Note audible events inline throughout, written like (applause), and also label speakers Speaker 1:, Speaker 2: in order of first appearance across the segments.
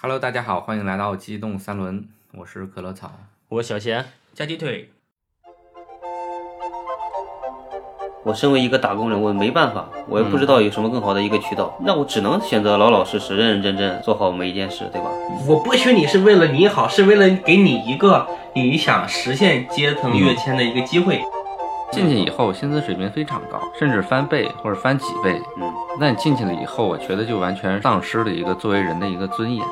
Speaker 1: Hello，大家好，欢迎来到机动三轮，我是可乐草。
Speaker 2: 我小贤，
Speaker 3: 加鸡腿，
Speaker 4: 我身为一个打工人，我没办法，我也不
Speaker 3: 嗯
Speaker 4: 知道有什么更好的一个渠道，那我只能选择老老实实、认认真真做好每一件事，对吧？
Speaker 3: 我不许你是为了你好，是为了给你一个你想实现阶层
Speaker 4: 嗯
Speaker 3: 跃迁的一个机会。
Speaker 1: 进去以后，薪资水平非常高，甚至翻倍或者翻几倍。
Speaker 4: 嗯，
Speaker 1: 那你进去了以后，我觉得就完全丧失了一个作为人的一个尊严。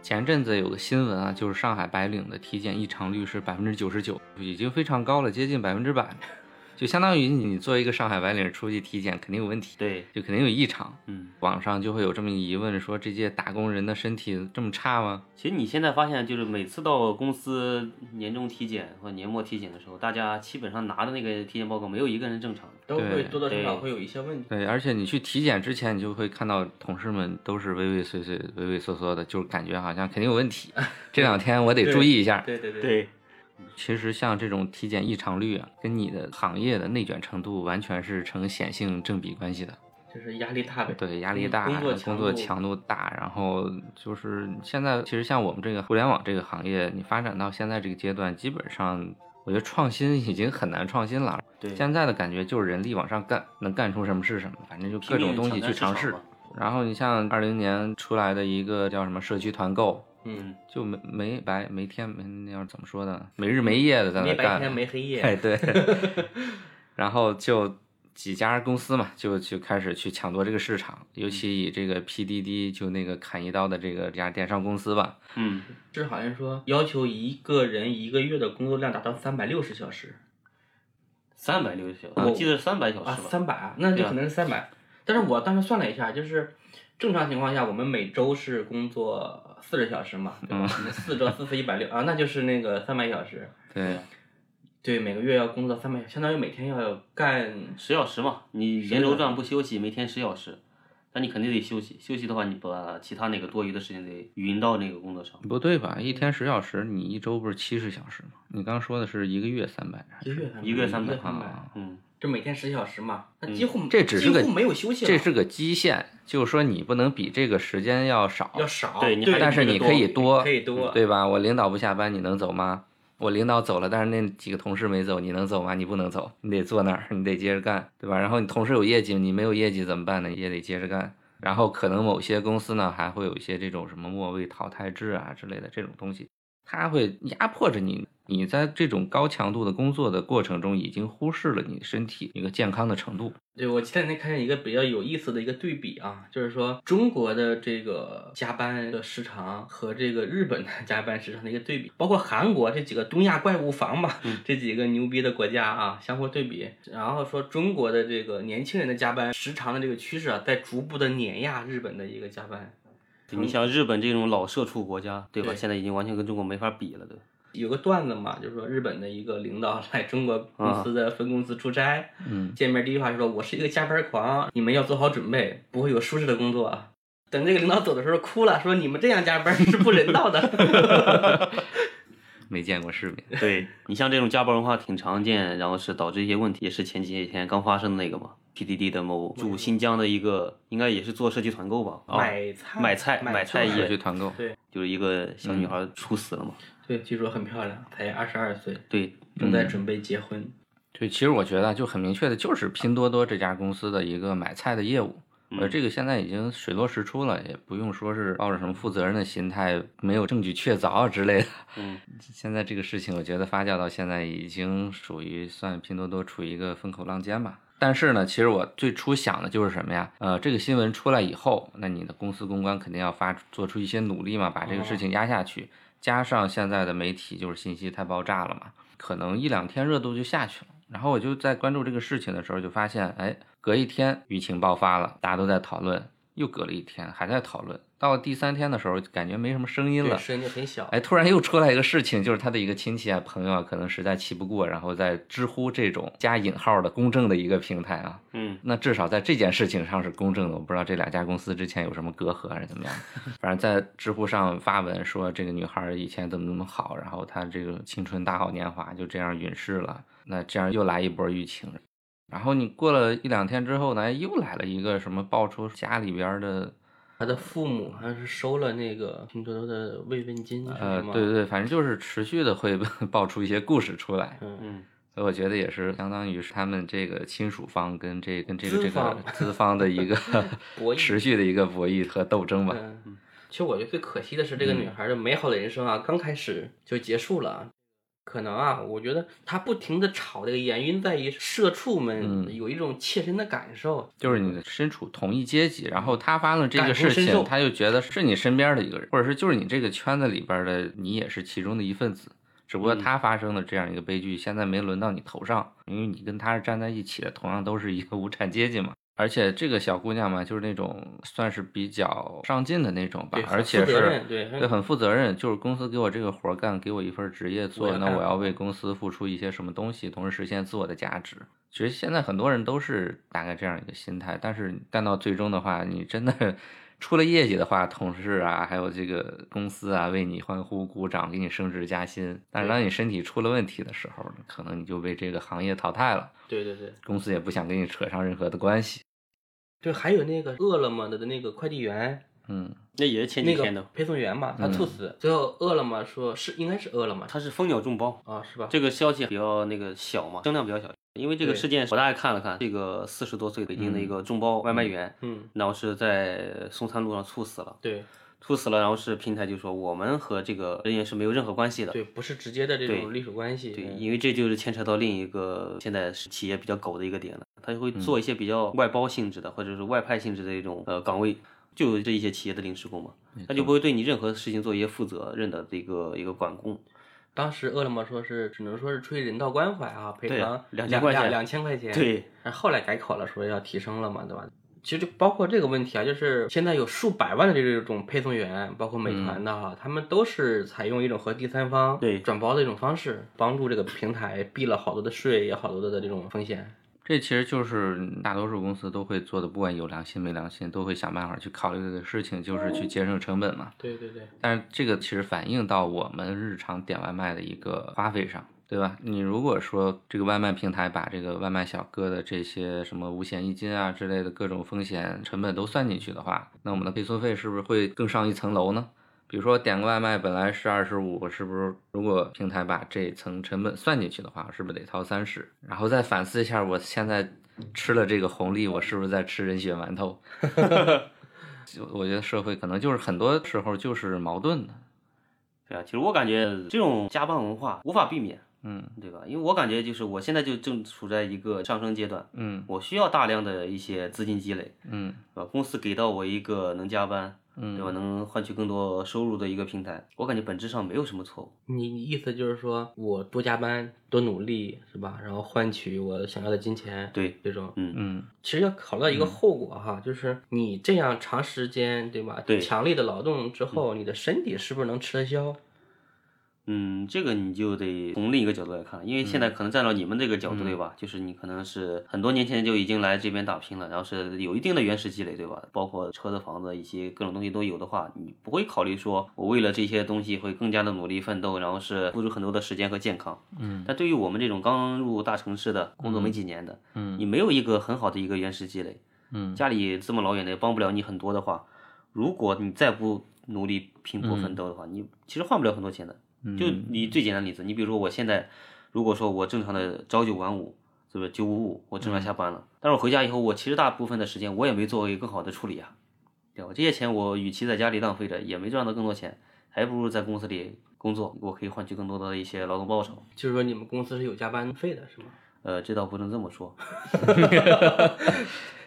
Speaker 1: 前阵子有个新闻啊，就是上海白领的体检异常率是百分之九十九，已经非常高了，接近百分之百，就相当于你作为一个上海白领出去体检肯定有问题，
Speaker 4: 对，
Speaker 1: 就肯定有异常。
Speaker 4: 嗯，
Speaker 1: 网上就会有这么疑问，说这些打工人的身体这么差吗？
Speaker 4: 其实你现在发现，就是每次到公司年终体检和年末体检的时候，大家基本上拿的那个体检报告，没有一个人正常的。
Speaker 3: 都会
Speaker 1: 对
Speaker 3: 多多少少
Speaker 4: 对
Speaker 3: 会有一些问题。
Speaker 1: 对，而且你去体检之前，你就会看到同事们都是畏畏缩缩、畏畏缩缩的，就是感觉好像肯定有问
Speaker 3: (laughs)
Speaker 1: 题。这两天我得注意一下。
Speaker 3: 对对对，
Speaker 4: 对，
Speaker 1: 其实像这种体检异常率啊，跟你的行业的内卷程度完全是呈显性正比关系的。
Speaker 3: 就是压力大呗。
Speaker 1: 对，压力大，
Speaker 3: 嗯工作
Speaker 1: 工
Speaker 3: 强
Speaker 1: 作
Speaker 3: 度
Speaker 1: 强度大，然后就是现在其实像我们这个互联网这个行业，你发展到现在这个阶段，基本上我觉得创新已经很难创新了。
Speaker 4: 对
Speaker 1: 现在的感觉就是人力往上干，能干出什么是什么，反正就各种东西去尝试。然后你像二零年出来的一个叫什么社区团购，
Speaker 3: 嗯，
Speaker 1: 就没没白没天没那样怎么说呢？没日没夜的在那
Speaker 3: 没
Speaker 1: 干。
Speaker 3: 白天没黑夜。
Speaker 1: 哎，对。 (laughs) 然后就几家公司嘛，就就开始去抢夺这个市场，尤其以这个 PDD 就那个砍一刀的这个这家电商公司吧，
Speaker 4: 嗯，
Speaker 3: 这好像说要求一个人一个月的工作量达到三百六十小时
Speaker 4: 三百六十小时，
Speaker 3: 我
Speaker 4: 我记得是三
Speaker 1: 哦
Speaker 4: 百小
Speaker 3: 啊，
Speaker 4: 时吧？
Speaker 3: 三百啊，那就
Speaker 4: 对啊
Speaker 3: 可能是三百。但是我当时算了一下，就是正常情况下，我们每周是工作四十小时嘛，对
Speaker 1: 嗯
Speaker 3: 吧？四周四四一百六啊，那就是那个三百小时。
Speaker 1: 对，
Speaker 3: 对，每个月要工作三百，相当于每天要干
Speaker 4: 十小时嘛，你人流转不休息，每天十小时，那你肯定得休息。休息的话，你把其他那个多余的时间得匀到那个工作上。
Speaker 1: 不对吧？一天十小时，你一周不是七十小时吗？你刚说的是一个月三百，
Speaker 3: 一个月三百，
Speaker 4: 一个月三百
Speaker 3: 三
Speaker 1: 啊
Speaker 4: 嗯，
Speaker 3: 这每天十小时嘛，那几乎、
Speaker 1: 嗯这只是个
Speaker 3: 几乎没有休息了，
Speaker 1: 这是个基线，就是说你不能比这个时间要少，
Speaker 3: 要少，
Speaker 4: 对你还
Speaker 1: 但是你可以多，
Speaker 3: 可以多，
Speaker 1: 对吧？我领导不下班，你能走吗？我领导走了，但是那几个同事没走，你能走吗？你不能走，你得坐那儿，你得接着干，对吧？然后你同事有业绩，你没有业绩怎么办呢？也得接着干。然后可能某些公司呢，还会有一些这种什么末位淘汰制啊之类的这种东西，它会压迫着你。你在这种高强度的工作的过程中，已经忽视了你身体一个健康的程度。
Speaker 3: 对我前两天看见一个比较有意思的一个对比啊，就是说中国的这个加班的时长和这个日本的 (laughs) 加班时长的一个对比，包括韩国这几个东亚怪物房嘛，这几个牛逼的国家啊相互对比，然后说中国的这个年轻人的加班时长的这个趋势啊，在逐步的碾压日本的一个加班。
Speaker 4: 你像日本这种老社畜国家，对吧？
Speaker 3: 对
Speaker 4: 现在已经完全跟中国没法比了，对吧。
Speaker 3: 有个段子嘛，就是说日本的一个领导来中国公司的分公司出差，
Speaker 1: 嗯，
Speaker 3: 见面第一句话就说：“我是一个加班狂，你们要做好准备，不会有舒适的工作。”啊等这个领导走的时候哭了，说：“你们这样加班是不人道的。
Speaker 1: 没见过世面。
Speaker 4: 对你像这种家暴文化挺常见，然后是导致一些问题，也是前几天刚发生的那个嘛，PDD 的某驻新疆的一个，应该也是做社区团购吧，
Speaker 1: 哦
Speaker 4: 啊、
Speaker 3: 买菜
Speaker 4: 买菜
Speaker 3: 买
Speaker 4: 买
Speaker 3: 菜
Speaker 4: 菜
Speaker 1: 社
Speaker 4: 也
Speaker 1: 区团购，
Speaker 4: 就是一个小女孩猝死了嘛，”
Speaker 3: 对，据说很漂亮，才二十二岁，
Speaker 4: 对，
Speaker 1: 嗯
Speaker 3: 正在准备结婚。
Speaker 1: 对，其实我觉得啊就很明确的，就是拼多多这家公司的一个买菜的业务。呃，这个现在已经水落石出了，也不用说是抱着什么负责任的心态，没有证据确凿啊之类的。
Speaker 4: 嗯，
Speaker 1: 现在这个事情，我觉得发酵到现在已经属于算拼多多处于一个风口浪尖吧。但是呢，其实我最初想的就是什么呀？呃，这个新闻出来以后，那你的公司公关肯定要发做出一些努力嘛，把这个事情压下去。加上现在的媒体就是信息太爆炸了嘛，可能一两天热度就下去了。然后我就在关注这个事情的时候，就发现，哎，隔一天疫情爆发了，大家都在讨论，又隔了一天还在讨论，到了第三天的时候，感觉没什么声音
Speaker 3: 对，
Speaker 1: 了。
Speaker 3: 声音就很小。
Speaker 1: 哎，突然又出来一个事情，就是他的一个亲戚啊、朋友啊，可能实在气不过，然后在知乎这种加引号的公正的一个平台啊，
Speaker 4: 嗯，
Speaker 1: 那至少在这件事情上是公正的。我不知道这两家公司之前有什么隔阂还是怎么样，反正在知乎上发文说这个女孩以前怎么怎么好，然后她这个青春大好年华就这样陨逝了。那这样又来一波疫情，然后你过了一两天之后呢，哎又来了一个什么爆出家里边的，
Speaker 3: 他的父母好像是收了那个拼多多的慰问金，是
Speaker 1: 呃，
Speaker 3: 吗？
Speaker 1: 对对，反正就是持续的会 (laughs) 爆出一些故事出来，
Speaker 3: 嗯，
Speaker 4: 嗯，
Speaker 1: 所以我觉得也是相当于是他们这个亲属方跟这跟这个这
Speaker 3: 资方
Speaker 1: 个资方的一个
Speaker 3: (laughs) 博弈
Speaker 1: 持续的一个博弈和斗争吧。
Speaker 3: 嗯，其实我觉得最可惜的是，这个女孩的美好的人生啊，刚开始就结束了啊。可能啊，我觉得她不停的吵这个原因在于社畜们
Speaker 1: 嗯
Speaker 3: 有一种切身的感受，
Speaker 1: (laughs) 就是你身处同一阶级，然后他发生这
Speaker 3: 感
Speaker 1: 个
Speaker 3: 同
Speaker 1: 事
Speaker 3: 身受
Speaker 1: 情，他就觉得是你身边的一个人，或者是就是你这个圈子里边的，你也是其中的一份子。只不过
Speaker 4: 嗯
Speaker 1: 他发生的这样一个悲剧，现在没轮到你头上，因为你跟他是站在一起的，同样都是一个无产阶级嘛。而且这个小姑娘嘛，就是那种算是比较上进的那种吧
Speaker 3: 对，，
Speaker 1: 啊而且
Speaker 3: 负责
Speaker 1: 是
Speaker 3: 任对
Speaker 1: 对，很负责任，就是公司给我这个活儿干，给我一份儿职业
Speaker 3: 我
Speaker 1: 做，
Speaker 3: 要
Speaker 1: 那
Speaker 3: 干
Speaker 1: 我要为公司付出一些什么东西，同时实现自我的价值。其实现在很多人都是大概这样一个心态，但是干到最终的话，你真的出了业绩的话，同事啊，还有这个公司啊，为你欢呼鼓掌，给你升职加薪。但是当你身体出了问题的时候，可能你就被这个行业淘汰了，
Speaker 3: 对对对
Speaker 1: 公司也不想跟你扯上任何的关系。
Speaker 3: 对，还有那个饿了么的那个快递员，
Speaker 1: 嗯，
Speaker 4: 那也是前
Speaker 3: 那
Speaker 4: 几
Speaker 3: 个
Speaker 4: 天的，
Speaker 3: 配送员嘛，他猝死，最后饿了么说是应该是饿了么
Speaker 4: 他是蜂鸟中包，
Speaker 3: 啊，是吧？
Speaker 4: 这个消息比较那个小嘛，声量比较小，因为这个
Speaker 3: 对
Speaker 4: 事件我大概看了看，这个四十多岁北京的一个中包外卖员，
Speaker 3: 嗯，
Speaker 4: 然后是在送餐路上猝死了，
Speaker 3: 对
Speaker 4: 猝死了，然后是平台就说我们和这个人员是没有任何关系的，
Speaker 3: 对，不是直接的这种
Speaker 4: 对
Speaker 3: 隶属关系，
Speaker 4: 对，
Speaker 3: 嗯
Speaker 4: 因为这就是牵扯到另一个现在是企业比较狗的一个点了，他就会做
Speaker 3: 嗯
Speaker 4: 一些比较外包性质的，或者是外派性质的一种呃岗位，就有这一些企业的临时工嘛，他就不会对你任何事情做一些负责任的这个一个管控。
Speaker 3: 当时饿了么说是只能说是出于人道关怀啊，赔
Speaker 4: 对
Speaker 3: 偿
Speaker 4: 啊
Speaker 3: 两
Speaker 4: 2000块钱
Speaker 3: 两千块钱。
Speaker 4: 对，
Speaker 3: 但后来改口了，说要提升了嘛，对吧？其实就包括这个问题啊，就是现在有数百万的这种配送员，包括美团的哈、他们都是采用一种和第三方
Speaker 4: 嗯对
Speaker 3: 转包的一种方式，帮助这个平台避了好多的税，也好多的这种风险。
Speaker 1: 这其实就是大多数公司都会做的，不管有良心没良心，都会想办法去考虑这个事情，就是去节省成本嘛。
Speaker 3: 对对对，
Speaker 1: 但是这个其实反映到我们日常点外卖的一个花费上，对吧？你如果说这个外卖平台把这个外卖小哥的这些什么五险一金啊之类的各种风险成本都算进去的话，那我们的配送费是不是会更上一层楼呢？比如说点个外卖本来是二十五，是不是如果平台把这层成本算进去的话，是不是得掏三十？然后再反思一下，我现在吃了这个红利，我是不是在吃人血馒头？就我觉得社会可能就是很多时候就是矛盾的，
Speaker 4: 对啊，其实我感觉这种加班文化无法避免，
Speaker 1: 嗯
Speaker 4: 对吧？因为我感觉就是我现在就正处在一个上升阶段，
Speaker 1: 嗯
Speaker 4: 我需要大量的一些资金积累，
Speaker 1: 嗯
Speaker 4: 呃，公司给到我一个能加班，对吧？
Speaker 1: 嗯，
Speaker 4: 能换取更多收入的一个平台，我感觉本质上没有什么错误。
Speaker 3: 你你意思就是说我多加班多努力是吧？然后换取我想要的金钱，
Speaker 4: 对，
Speaker 3: 这种
Speaker 4: 嗯
Speaker 1: 嗯
Speaker 3: 其实要考虑到一个后果哈，就是你这样长时间对吧？
Speaker 4: 对
Speaker 3: 强力的劳动之后，你的身体是不是能吃得消？
Speaker 4: 嗯，这个你就得从另一个角度来看，因为
Speaker 1: 嗯
Speaker 4: 现在可能站到你们这个角度，对吧？就是你可能是很多年前就已经来这边打拼了，然后是有一定的原始积累，对吧？包括车子、房子一些各种东西都有的话，你不会考虑说我为了这些东西会更加的努力奋斗，然后是付出很多的时间和健康。
Speaker 1: 嗯
Speaker 4: 但对于我们这种刚入大城市的，工作没几年的，
Speaker 1: 嗯
Speaker 4: 你没有一个很好的一个原始积累，
Speaker 1: 嗯，
Speaker 4: 家里这么老远的也帮不了你很多的话，如果你再不努力拼
Speaker 1: 嗯
Speaker 4: 搏奋斗的话，你其实换不了很多钱的。就你最简单的例子，你比如说我现在，如果说我正常的朝九晚五，是不是九五五，我正常下班了，但是我回家以后，我其实大部分的时间我也没做一个更好的处理啊，对吧？这些钱我与其在家里浪费着，也没赚到更多钱，还不如在公司里工作，我可以换取更多的一些劳动报酬。
Speaker 3: 就是说你们公司是有加班费的，是吗？
Speaker 4: 呃，这倒不能这么说，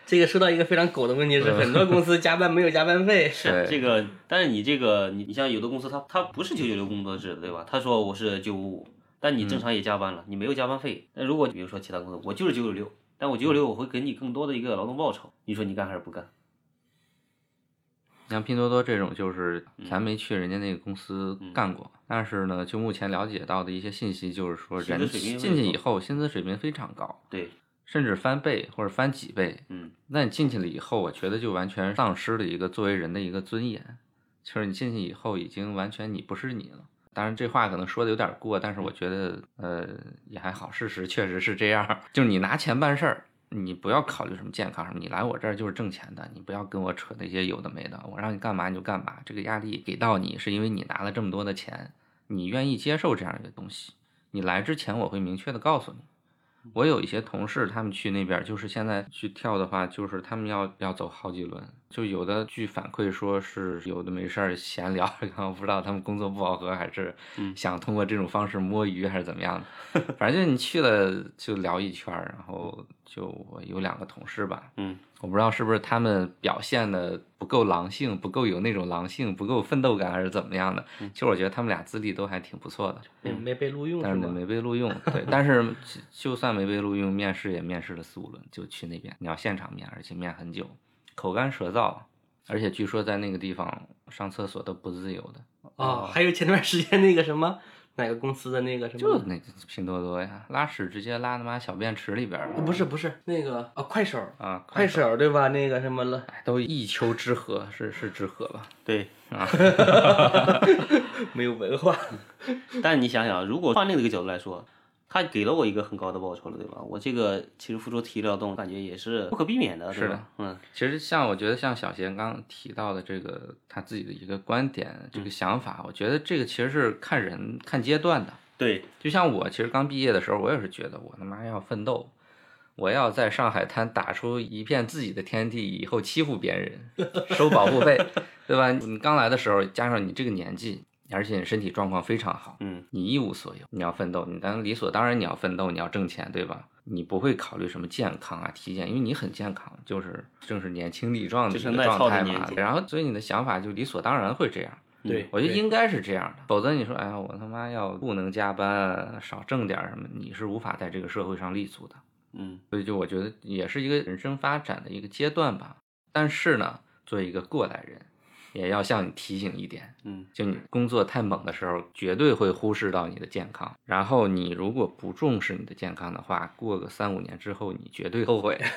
Speaker 3: 这个说到一个非常狗的问题
Speaker 1: 嗯
Speaker 3: 是，很多公司加班没有加班费，是
Speaker 1: 对
Speaker 4: 这个，但是你这个，你你像有的公司它，它不是九九六工作制，对吧？他说我是九五五，但你正常也加班了，你没有加班费。那如果比如说其他公司，我就是九九六，但我九九六我会给你更多的一个劳动报酬，你说你干还是不干？
Speaker 1: 像拼多多这种，就是咱没去人家那个公司干过，但是呢，就目前了解到的一些信息，就是说
Speaker 4: 嗯薪资
Speaker 1: 人
Speaker 4: 水平
Speaker 1: 进
Speaker 4: 会
Speaker 1: 去以
Speaker 4: 高
Speaker 1: 后，薪资水平非常高，
Speaker 4: 对，
Speaker 1: 甚至翻倍或者翻几倍。
Speaker 4: 嗯，
Speaker 1: 那你进去了以后，我觉得就完全丧失了一个作为人的一个尊严，就是你进去以后已经完全你不是你了。当然，这话可能说的有点过，但是我觉得，呃，也还好，事实确实是这样。就是你拿钱办事儿，你不要考虑什么健康什么，你来我这儿就是挣钱的，你不要跟我扯那些有的没的，我让你干嘛你就干嘛。这个压力给到你是因为你拿了这么多的钱，你愿意接受这样一个东西。你来之前我会明确的告诉你。我有一些同事，他们去那边就是现在去跳的话，就是他们要要走好几轮，就有的据反馈说是有的没事儿 (laughs) 闲聊，然后不知道他们工作不饱和，还是想通过这种方式摸鱼，还是怎么样的。 (laughs) 反正就你去了就聊一圈儿，然后就我有两个同事吧，
Speaker 4: 嗯，
Speaker 1: 我不知道是不是他们表现的不够狼性，不够有那种狼性，不够奋斗感，还是怎么样的。其实我觉得他们俩资历都还挺不错的。
Speaker 3: 没嗯没被录用
Speaker 1: 但
Speaker 3: 是
Speaker 1: 是呢
Speaker 3: 吧？
Speaker 1: 没被录用，
Speaker 3: (laughs)
Speaker 1: 对，但是就就算没被录用，面试也面试了四五轮，就去那边，你要现场面，而且面很久，口干舌燥，而且据说在那个地方上厕所都不自由的，
Speaker 3: 哦，还有前段时间那个什么，哪个公司的那个什
Speaker 1: 就
Speaker 3: 么？
Speaker 1: 那个拼多多呀，拉屎直接拉他妈小便池里边儿了
Speaker 3: 不是不是那个啊、快手，
Speaker 1: 啊，
Speaker 3: 快
Speaker 1: 快
Speaker 3: 手对吧？那个什么
Speaker 1: (laughs)
Speaker 3: 了，
Speaker 1: 都一丘之貉，是是之貉吧？
Speaker 4: 对。
Speaker 3: 没有
Speaker 1: (laughs)
Speaker 3: 文化，
Speaker 4: (laughs) 但你想想，如果换另一个角度来说，他给了我一个很高的报酬了，对吧？我这个其实付出体力劳动，感觉也是不可避免的，对
Speaker 1: 是的
Speaker 4: 吧？嗯，
Speaker 1: 其实像我觉得像小贤刚刚提到的这个他自己的一个观点，这个
Speaker 3: 嗯
Speaker 1: 想法，我觉得这个其实是看人看阶段的。
Speaker 4: 对，
Speaker 1: 就像我其实刚毕业的时候，我也是觉得我他妈要奋斗，我要在上海滩打出一片自己的天地，以后欺负别人，收保护费， (laughs) 对吧？你刚来的时候，加上你这个年纪，而且你身体状况非常好，
Speaker 4: 嗯，
Speaker 1: 你一无所有，你要奋斗，你当然理所当然你要奋斗，你要挣钱，对吧？你不会考虑什么健康啊、体检，因为你很健康，就是正是年轻力壮的
Speaker 4: 就是
Speaker 1: 一个
Speaker 4: 耐
Speaker 1: 状
Speaker 4: 操的
Speaker 1: 态
Speaker 4: 年
Speaker 1: 嘛
Speaker 4: 纪。
Speaker 1: 然后，所以你的想法就理所当然会这样。
Speaker 3: 对
Speaker 1: 我觉得
Speaker 3: 对
Speaker 1: 应该是这样的，否则你说，哎呀，我他妈要不能加班，少挣点儿什么，你是无法在这个社会上立足的。
Speaker 4: 嗯，
Speaker 1: 所以就我觉得也是一个人生发展的一个阶段吧。但是呢，作为一个过来人，也要向你提醒一点，
Speaker 4: 嗯，
Speaker 1: 就你工作太猛的时候，绝对会忽视到你的健康。然后你如果不重视你的健康的话，过个三五年之后，你绝对后悔。 (laughs)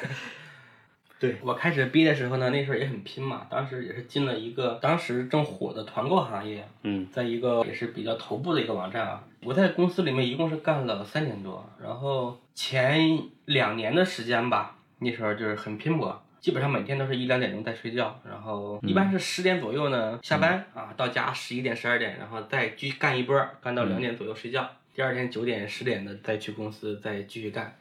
Speaker 3: 对我开始毕业的时候呢，那时候也很拼嘛，当时也是进了一个当时正火的团购行业，
Speaker 4: 嗯，
Speaker 3: 在一个也是比较头部的一个网站啊。我在公司里面一共是干了三年多，然后前两年的时间吧，那时候就是很拼搏，基本上每天都是一两点钟在睡觉，然后一
Speaker 1: 嗯
Speaker 3: 般是十点左右呢下班、啊，到家十一点十二点，然后再去干一波，干到两点左右睡觉，第二天九点十点的再去公司再继续干，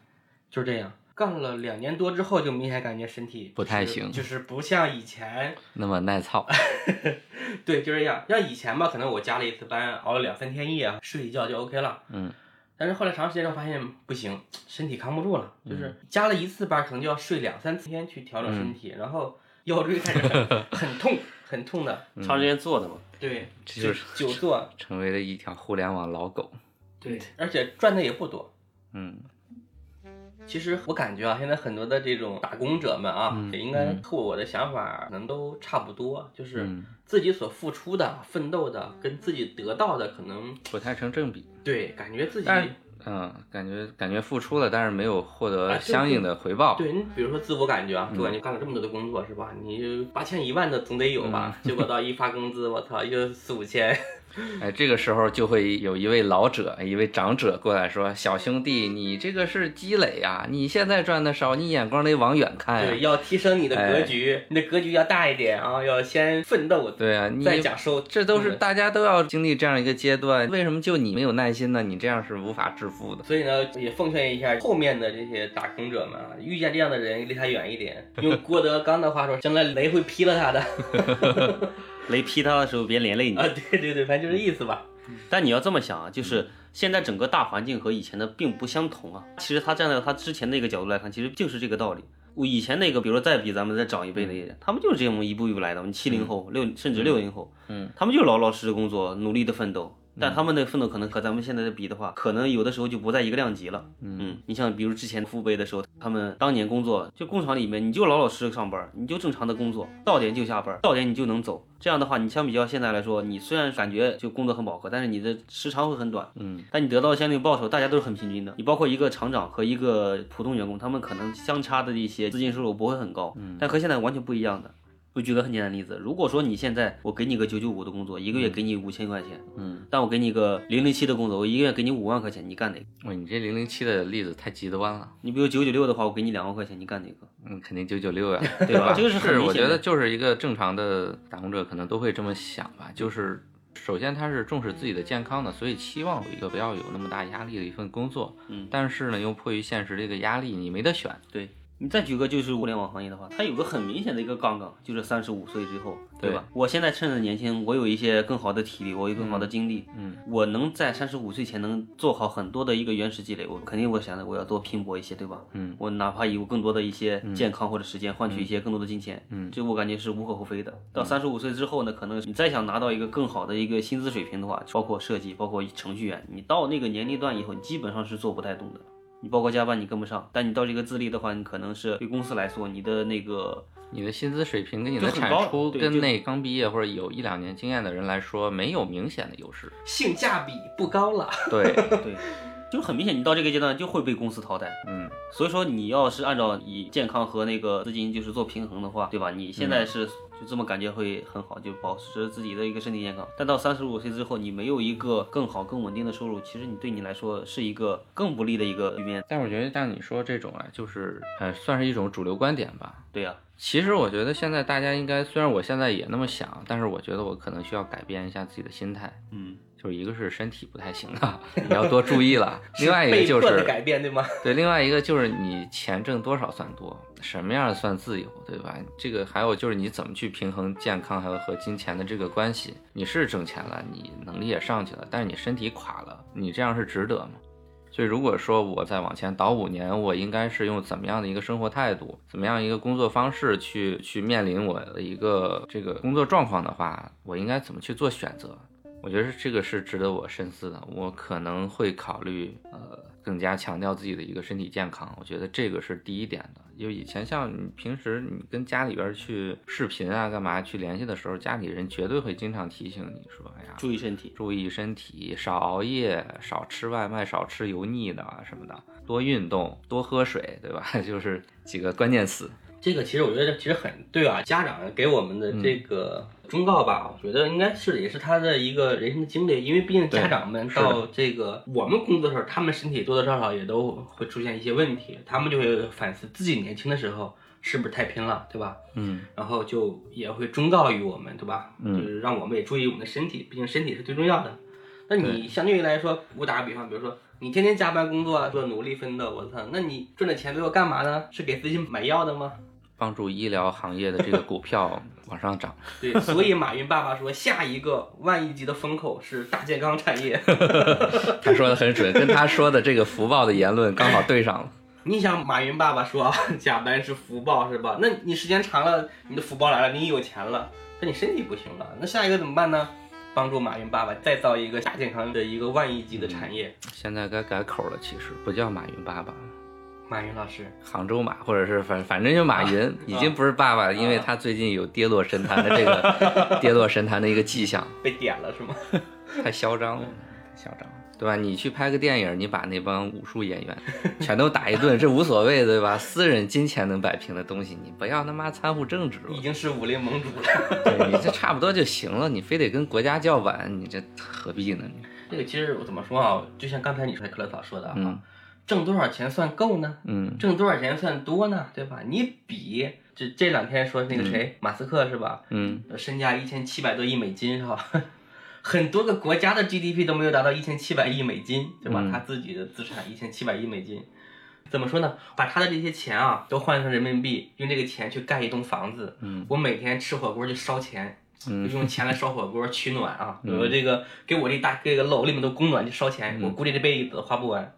Speaker 3: 就是这样。干了两年多之后，就明显感觉身体
Speaker 1: 不太
Speaker 3: 就是
Speaker 1: 行
Speaker 3: 就是不像以前
Speaker 1: 那么耐操，
Speaker 3: 对，就这样。像以前吧，可能我加了一次班，熬了两三天夜，啊睡一觉就 OK 了。
Speaker 1: 嗯。
Speaker 3: 但是后来长时间之后发现不行，身体扛不住了，
Speaker 1: 嗯
Speaker 3: 就是加了一次班，可能就要睡两三天去调整身体，然后腰椎开始很很痛，很痛的。
Speaker 4: 嗯长时间坐的嘛，
Speaker 3: 对，
Speaker 1: (laughs) 这就是
Speaker 3: 久久坐，
Speaker 1: 成为了一条互联网老狗。
Speaker 3: 对，而且赚的也不多。
Speaker 1: 嗯，
Speaker 3: 其实我感觉啊，现在很多的这种打工者们啊，
Speaker 1: 嗯
Speaker 3: 也应该和我的想法可能都差不多，就是
Speaker 1: 嗯
Speaker 3: 自己所付出的、奋斗的，跟自己得到的，可能
Speaker 1: 不太成正比。
Speaker 3: 对感觉自己
Speaker 1: 但是嗯，感觉感觉付出了，但是没有获
Speaker 3: 啊
Speaker 1: 得
Speaker 3: 对
Speaker 1: 相应的回报。
Speaker 3: 对你，比如说自我感觉啊，自
Speaker 1: 嗯
Speaker 3: 我感觉干了这么多的工作是吧？你八千一万的总得有吧？
Speaker 1: 嗯
Speaker 3: 结果到一发工资，我操，又四五千。
Speaker 1: 哎，这个时候就会有一位老者，哎一位长者过来说：“小兄弟，你这个是积累啊，你现在赚的少，你眼光得往远看
Speaker 3: 对，
Speaker 1: 哎呀、哎
Speaker 3: 要提升你的格局，你的格局要大一点啊，要先奋斗，
Speaker 1: 对啊，你
Speaker 3: 再讲收。
Speaker 1: 这都是
Speaker 3: 嗯
Speaker 1: 大家都要经历这样一个阶段，为什么就你没有耐心呢？你这样是无法致富的。
Speaker 3: 所以呢，也奉劝一下后面的这些打工者们啊，遇见这样的人，离他远一点。用郭德纲的话说，将来雷会劈了
Speaker 1: (laughs)
Speaker 3: 他的。
Speaker 4: 雷劈他的时候别连
Speaker 3: (laughs)
Speaker 4: 累你
Speaker 3: 啊，。对对对，反正就这意思吧。
Speaker 4: 但你要这么想啊，就是现在整个大环境和以前的并不相同啊。其实他站在他之前那个角度来看，其实就是这个道理。我以前那个，比如说再比咱们再长一辈的人，他们就是这么一步一步来的。我们七零后、六甚至六零后，
Speaker 1: 嗯，
Speaker 4: 他们就老老实实工作，努力的奋斗。但他们的奋斗可能和咱们现在的比的话，可能有的时候就不在一个量级了。嗯，你像比如之前父辈的时候，他们当年工作就工厂里面，你就老老实实上班，你就正常的工作，到点就下班，到点你就能走。这样的话，你相比较现在来说，你虽然感觉就工作很饱和，但是你的时长会很短。嗯，但你得到相对报酬，大家都是很平均的。你包括一个厂长和一个普通员工，他们可能相差的一些资金收入不会很高，嗯，但和现在完全不一样的。我举个很简单的例子，如果说你现在我给你个九九五的工作，一个月给你五千块钱，
Speaker 1: 嗯，
Speaker 4: 但我给你个零零七的工作，我一个月给你五万块钱，你干哪个？
Speaker 1: 哇，哎你这零零七的例子太极端了，
Speaker 4: 你比如九九六的话，我给你两万块钱，你干哪个？
Speaker 1: 嗯，肯定九九六呀，
Speaker 4: (laughs) 对吧
Speaker 1: 吧？
Speaker 4: 这个是
Speaker 1: 是
Speaker 4: 很明
Speaker 1: 我
Speaker 4: 显
Speaker 1: 觉
Speaker 4: 的
Speaker 1: 得就是一个正常的打工者可能都会这么想吧，就是首先他是重视自己的健康的，所以期望有一个不要有那么大压力的一份工作，
Speaker 4: 嗯
Speaker 1: 但是呢，又迫于现实这个压力，你没得选，
Speaker 4: 对你再举个就是互联网行业的话，它有个很明显的一个杠杠，就是三十五岁之后，对吧？我现在趁着年轻，我有一些更好的体力，我有更好的精力，
Speaker 1: 嗯，
Speaker 4: 我能在三十五岁前能做好很多的一个原始积累，我肯定我想着我要多拼搏一些，对吧？
Speaker 1: 嗯，
Speaker 4: 我哪怕有更多的一些健康或者时间，换取一些更多的金钱，
Speaker 1: 嗯
Speaker 4: 这我感觉是无可厚非的。到三十五岁之后呢，可能你再想拿到一个更好的一个薪资水平的话，包括设计，包括程序员，你到那个年龄段以后，你基本上是做不太动的。你包括加班你跟不上，但你到这个资历的话，你可能是对公司来说，你的那个
Speaker 1: 你的薪资水平跟你
Speaker 4: 就
Speaker 1: 的
Speaker 4: 很
Speaker 1: 产
Speaker 4: 高
Speaker 1: 出
Speaker 4: 对
Speaker 1: 跟
Speaker 4: 就
Speaker 1: 那刚毕业或者有一两年经验的人来说没有明显的优势，
Speaker 4: (laughs)
Speaker 3: 性价比不高了。
Speaker 1: 对，
Speaker 4: 对，就是很明显，你到这个阶段就会被公司淘汰。 (laughs)
Speaker 1: 嗯。
Speaker 4: 所以说，你要是按照以健康和那个资金就是做平衡的话，对吧？你
Speaker 1: 嗯
Speaker 4: 现在是就这么感觉会很好，就保持自己的一个身体健康。但到三十五岁之后，你没有一个更好、更稳定的收入，其实你对你来说是一个更不利的一个局面。
Speaker 1: 但我觉得像你说这种啊，就是呃，算是一种主流观点吧，
Speaker 4: 对呀、
Speaker 1: 其实我觉得现在大家应该，虽然我现在也那么想，但是我觉得我可能需要改变一下自己的心态，
Speaker 4: 嗯，
Speaker 1: 就是一个是身体不太行了， (laughs) 你要多注意
Speaker 3: (laughs)
Speaker 1: 了；另外一个就
Speaker 3: 被迫的
Speaker 1: 是
Speaker 3: 改变，对吗？
Speaker 1: 对，另外一个就是你钱挣多少算多，什么样算自由，对吧？这个还有就是你怎么去平衡健康还有和金钱的这个关系。你是挣钱了，你能力也上去了，但是你身体垮了，你这样是值得吗？所以，如果说我再往前倒五年，我应该是用怎么样的一个生活态度，怎么样一个工作方式去去面临我的一个这个工作状况的话，我应该怎么去做选择？我觉得这个是值得我深思的。我可能会考虑呃，更加强调自己的一个身体健康。我觉得这个是第一点的，因为以前像你平时你跟家里边儿去视频啊、干嘛去联系的时候，家里人绝对会经常提醒你说：“哎呀，
Speaker 4: 注意身体。
Speaker 1: 注意身体，少熬夜，少吃外卖，少吃油腻的啊什么的，多运动，多喝水，对吧？ (laughs) 就是几个关键词。
Speaker 3: 这个其实我觉得其实很对啊，家长给我们的
Speaker 1: 嗯
Speaker 3: 这个忠告吧，我觉得应该是也是他的一个人生的经历，因为毕竟
Speaker 1: 对
Speaker 3: 家长们
Speaker 1: 是的
Speaker 3: 到这个我们工作的时候，他们身体多多少少也都会出现一些问题，他们就会反思自己年轻的时候是不是太拼了，对吧？
Speaker 1: 嗯
Speaker 3: 然后就也会忠告于我们，对吧？
Speaker 1: 嗯
Speaker 3: 就是让我们也注意我们的身体，毕竟身体是最重要的。那你相对于来说，我打个比方，比如说你天天加班工作啊，做奴隶奋斗，我操，那你赚的钱最后干嘛呢？是给自己买药的吗？
Speaker 1: 帮助医疗行业的这个股票往上涨。 (laughs)
Speaker 3: 对，所以马云爸爸说，下一个万亿级的风口是大健康产
Speaker 1: (laughs)
Speaker 3: 业。
Speaker 1: 他说的很准，跟他说的这个福报的言论刚好对上了。
Speaker 3: 你想，马云爸爸说啊，加班是福报是吧？那你时间长了，你的福报来了，你有钱了，但你身体不行了，那下一个怎么办呢？帮助马云爸爸再造一个大健康的一个万亿级的产业。
Speaker 1: 现在该改口了，其实不叫马云爸爸了，
Speaker 3: 马云老师，
Speaker 1: 杭州马，或者是反反正就马云，已经不是爸爸了，因为他最近有跌落神坛的这个跌落神坛的一个迹象。
Speaker 3: 被点了是吗？
Speaker 1: (laughs) 太嚣张了，太嚣张了，对吧？你去拍个电影，你把那帮武术演员全都打一顿，这无所谓，对吧？私人金钱能摆平的东西，你不要他妈掺和政治了
Speaker 3: 已，经是武林盟主了。
Speaker 1: 对你这差不多就行了，你非得跟国家叫板，你这何必呢？你
Speaker 3: (laughs) 这个其实我怎么说啊？就像刚才你说克乐嫂说的啊，
Speaker 1: 嗯
Speaker 3: 挣多少钱算够呢？
Speaker 1: 嗯
Speaker 3: 挣多少钱算多呢？对吧？你比这这两天说那个谁、马斯克是吧？
Speaker 1: 嗯，
Speaker 3: 呃身价一千七百多亿美金是吧？ (laughs) 很多个国家的 GDP 都没有达到一千七百亿美金，对吧？
Speaker 1: 嗯
Speaker 3: 他自己的资产一千七百亿美金，怎么说呢？把他的这些钱啊，都换成人民币，用这个钱去盖一栋房子。
Speaker 1: 嗯，
Speaker 3: 我每天吃火锅就烧钱，
Speaker 1: 嗯
Speaker 3: 就用钱来烧火锅取暖啊。我这个给我这大这个楼里面都供暖就烧钱，
Speaker 1: 嗯
Speaker 3: 我估计这辈子花不完。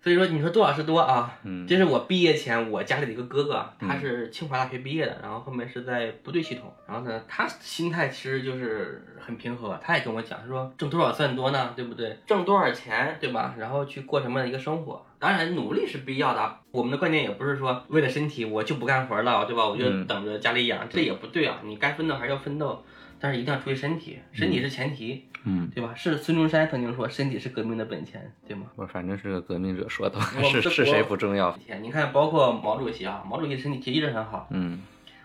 Speaker 3: 所以说，你说多少是多啊？
Speaker 1: 嗯
Speaker 3: 这是我毕业前我家里的一个哥哥啊，他是清华大学毕业的，然后后面是在部队系统，然后呢，他心态其实就是很平和，他也跟我讲，他说挣多少算多呢，对不对？挣多少钱，对吧？然后去过什么样的一个生活？当然，努力是必要的啊。我们的观点也不是说为了身体我就不干活了，对吧？我就
Speaker 1: 嗯
Speaker 3: 等着家里养，这也不对啊。你该奋斗还是要奋斗，但是一定要注意身体，身体是前提，
Speaker 1: 嗯，
Speaker 3: 对吧？是孙中山曾经说，身体是革命的本钱，对吗？
Speaker 1: 我反正是个革命者说的，
Speaker 3: 我
Speaker 1: 是是谁不重要。
Speaker 3: 你看，包括毛主席啊，毛主席身体其实一直很好，
Speaker 1: 嗯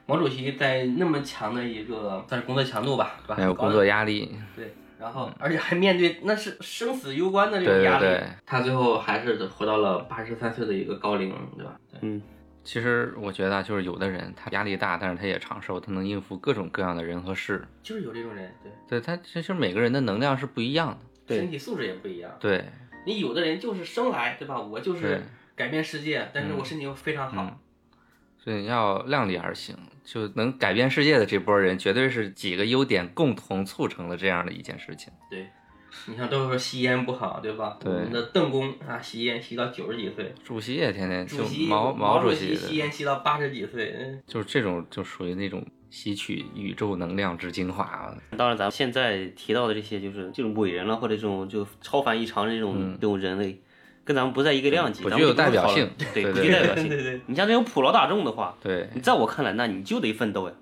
Speaker 3: 毛主席在那么强的一个算是工作强度吧，对吧？
Speaker 1: 还有
Speaker 3: 高
Speaker 1: 哎
Speaker 3: 的
Speaker 1: 工作压力，
Speaker 3: 对，然后而且还面对那是生死攸关的这
Speaker 1: 对
Speaker 3: 种
Speaker 1: 对
Speaker 3: 压力，
Speaker 1: 对
Speaker 3: 他最后还是活到了八十三岁的一个高龄，对吧？对
Speaker 4: 嗯，
Speaker 1: 其实我觉得啊，就是有的人他压力大，但是他也长寿，他能应付各种各样的人和事。
Speaker 3: 就是有这种人，对，
Speaker 1: 对他，其实每个人的能量是不一样的。
Speaker 4: 对
Speaker 3: 身体素质也不一样。
Speaker 1: 对，
Speaker 3: 你有的人就是生来，对吧？我就
Speaker 1: 对
Speaker 3: 是改变世界，但是我身体又非常好，
Speaker 1: 嗯所以要量力而行，就能改变世界的这波人，绝对是几个优点共同促成了这样的一件事情。
Speaker 3: 对。你像都说吸烟不好，对吧？
Speaker 1: 对
Speaker 3: 我们的邓公啊，吸烟吸到九十几岁，
Speaker 1: 主席也天天
Speaker 3: 主
Speaker 1: 就
Speaker 3: 席
Speaker 1: 毛
Speaker 3: 毛
Speaker 1: 主
Speaker 3: 席吸
Speaker 1: 席
Speaker 3: 烟吸到八十几岁，嗯，
Speaker 1: 就是这种就属于那种吸取宇宙能量之精华啊。
Speaker 4: 当然咱们现在提到的这些就是这种伟人了，或者这种就超凡异常的这种、这种人类，跟咱们不在一个量
Speaker 1: 嗯
Speaker 4: 级，
Speaker 1: 不
Speaker 4: 咱
Speaker 1: 具
Speaker 4: 们
Speaker 1: 有
Speaker 4: 就不
Speaker 1: 代表
Speaker 4: 讨论
Speaker 1: 性
Speaker 4: 对，
Speaker 1: 对
Speaker 4: 不
Speaker 1: 对
Speaker 4: 具代表
Speaker 3: 对
Speaker 4: 性。
Speaker 3: 对对，
Speaker 4: 你像这种普罗大众的话，
Speaker 1: 对，
Speaker 4: 你在我看来，那你就得奋斗呀，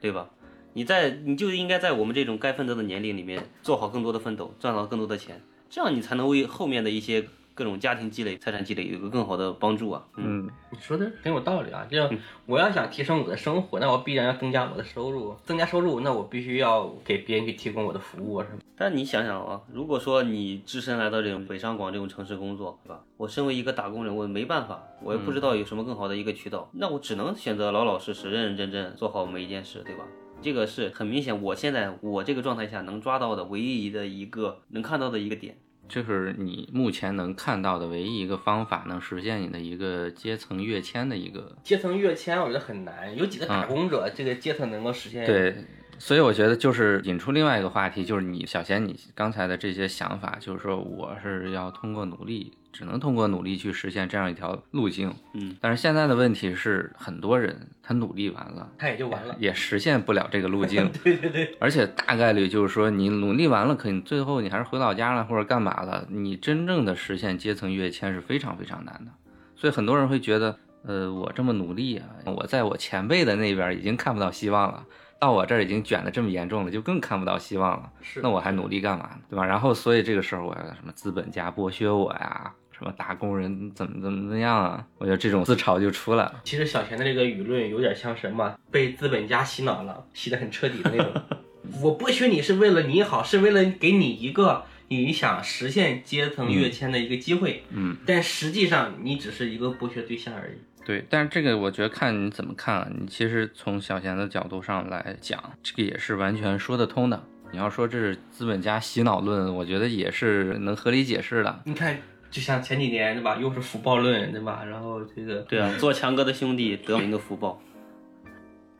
Speaker 4: 对吧？你在你就应该在我们这种该奋斗的年龄里面做好更多的奋斗，赚到更多的钱，这样你才能为后面的一些各种家庭积累、财产积累有一个更好的帮助啊。嗯，
Speaker 1: 嗯，
Speaker 3: 你说的很有道理啊。就我要想提升我的生活，那我必然要增加我的收入，增加收入，那我必须要给别人去提供我的服务啊，是吧？
Speaker 4: 但你想想啊，如果说你只身来到这种北上广这种城市工作，对吧？我身为一个打工人，我没办法，我也不知道有什么更好的一个渠道，那我只能选择老老实实、认认真真做好每一件事，对吧？这个是很明显，我现在我这个状态下能抓到的唯一的一个能看到的一个点。
Speaker 1: 就是你目前能看到的唯一一个方法，能实现你的一个阶层跃迁的一个
Speaker 3: 阶层跃迁，我觉得很难，有几个打工者、这个阶层能够实现？，
Speaker 1: 嗯对，所以我觉得就是引出另外一个话题，就是你小贤你刚才的这些想法，就是说我是要通过努力，只能通过努力去实现这样一条路径。
Speaker 4: 嗯，
Speaker 1: 但是现在的问题是，很多人他努力完了。
Speaker 3: 他也就完了。
Speaker 1: 也实现不了这个路
Speaker 3: (laughs)
Speaker 1: 径，对对对，而且大概率就是说，你努力完了，可你最后你还是回老家了或者干嘛了，你真正的实现阶层跃迁是非常非常难的，所以很多人会觉得，呃，我这么努力啊，我在我前辈的那边已经看不到希望了，到我这儿已经卷得这么严重了，就更看不到希望了。
Speaker 3: 是
Speaker 1: 那我还努力干嘛呢？对吧？然后所以这个时候我要什么资本家剥削我呀，什么打工人怎么怎么怎么样啊？我觉得这种自嘲就出来了。
Speaker 3: 其实小贤的这个舆论有点像什么，被资本家洗脑了，洗得很彻底的
Speaker 1: (laughs)
Speaker 3: 那种。我剥削你是为了你好，是为了给你一个你想实现阶层跃迁的一个机会，
Speaker 1: 嗯，
Speaker 3: 但实际上你只是一个剥削对象而已。
Speaker 1: 对，但是这个我觉得看你怎么看啊。你其实从小贤的角度上来讲，这个也是完全说得通的。你要说这是资本家洗脑论，我觉得也是能合理解释的。
Speaker 3: 你看，就像前几年对吧，又是福报论对吧，然后这个
Speaker 4: 对啊，做强哥的兄弟得民的福报。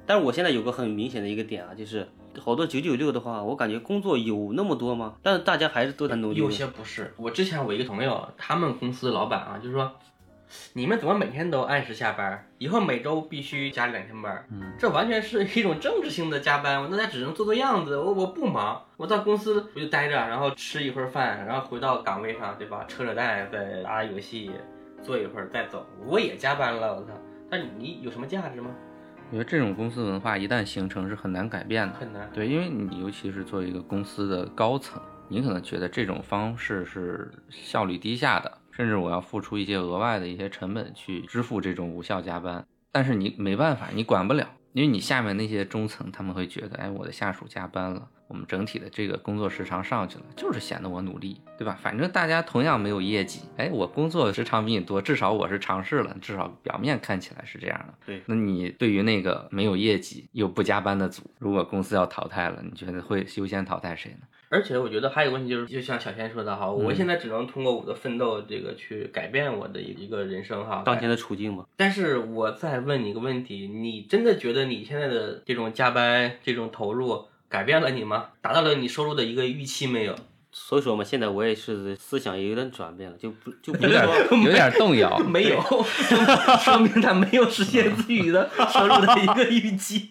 Speaker 4: 但是我现在有个很明显的一个点啊，就是好多九九六的话，我感觉工作有那么多吗？但是大家还是都在努力。
Speaker 3: 有些不是。我之前我一个朋友，他们公司的老板啊，就说。你们怎么每天都按时下班？以后每周必须加两天班，嗯、这完全是一种政治性的加班。那他只能做做样子，我我不忙，我到公司我就待着，然后吃一会儿饭，然后回到岗位上，对吧？扯扯淡，再打打游戏，坐一会儿再走。我也加班了，我操！但是你有什么价值吗？
Speaker 1: 我觉得这种公司文化一旦形成是很难改变的。
Speaker 3: 很难。
Speaker 1: 对，因为你尤其是做一个公司的高层，你可能觉得这种方式是效率低下的，甚至我要付出一些额外的一些成本去支付这种无效加班。但是你没办法，你管不了，因为你下面那些中层他们会觉得，哎，我的下属加班了，我们整体的这个工作时长上去了，就是显得我努力，对吧？反正大家同样没有业绩，哎，我工作时长比你多，至少我是尝试了，至少表面看起来是这样的。那你对于那个没有业绩又不加班的组，如果公司要淘汰了，你觉得会优先淘汰谁呢？
Speaker 3: 而且我觉得还有个问题就是，就像小仙说的哈，我现在只能通过我的奋斗这个去改变我的一个人生哈。
Speaker 4: 当前的处境嘛。
Speaker 3: 但是我再问你一个问题，你真的觉得你现在的这种加班、这种投入改变了你吗？达到了你收入的一个预期没有？
Speaker 4: 所以说嘛，现在我也是思想也有点转变了，就不就不
Speaker 1: 有
Speaker 4: 是
Speaker 1: 点
Speaker 4: 说
Speaker 1: 有点动摇。
Speaker 3: 没有， (laughs) 说明他没有实现自己的收入的一个预期，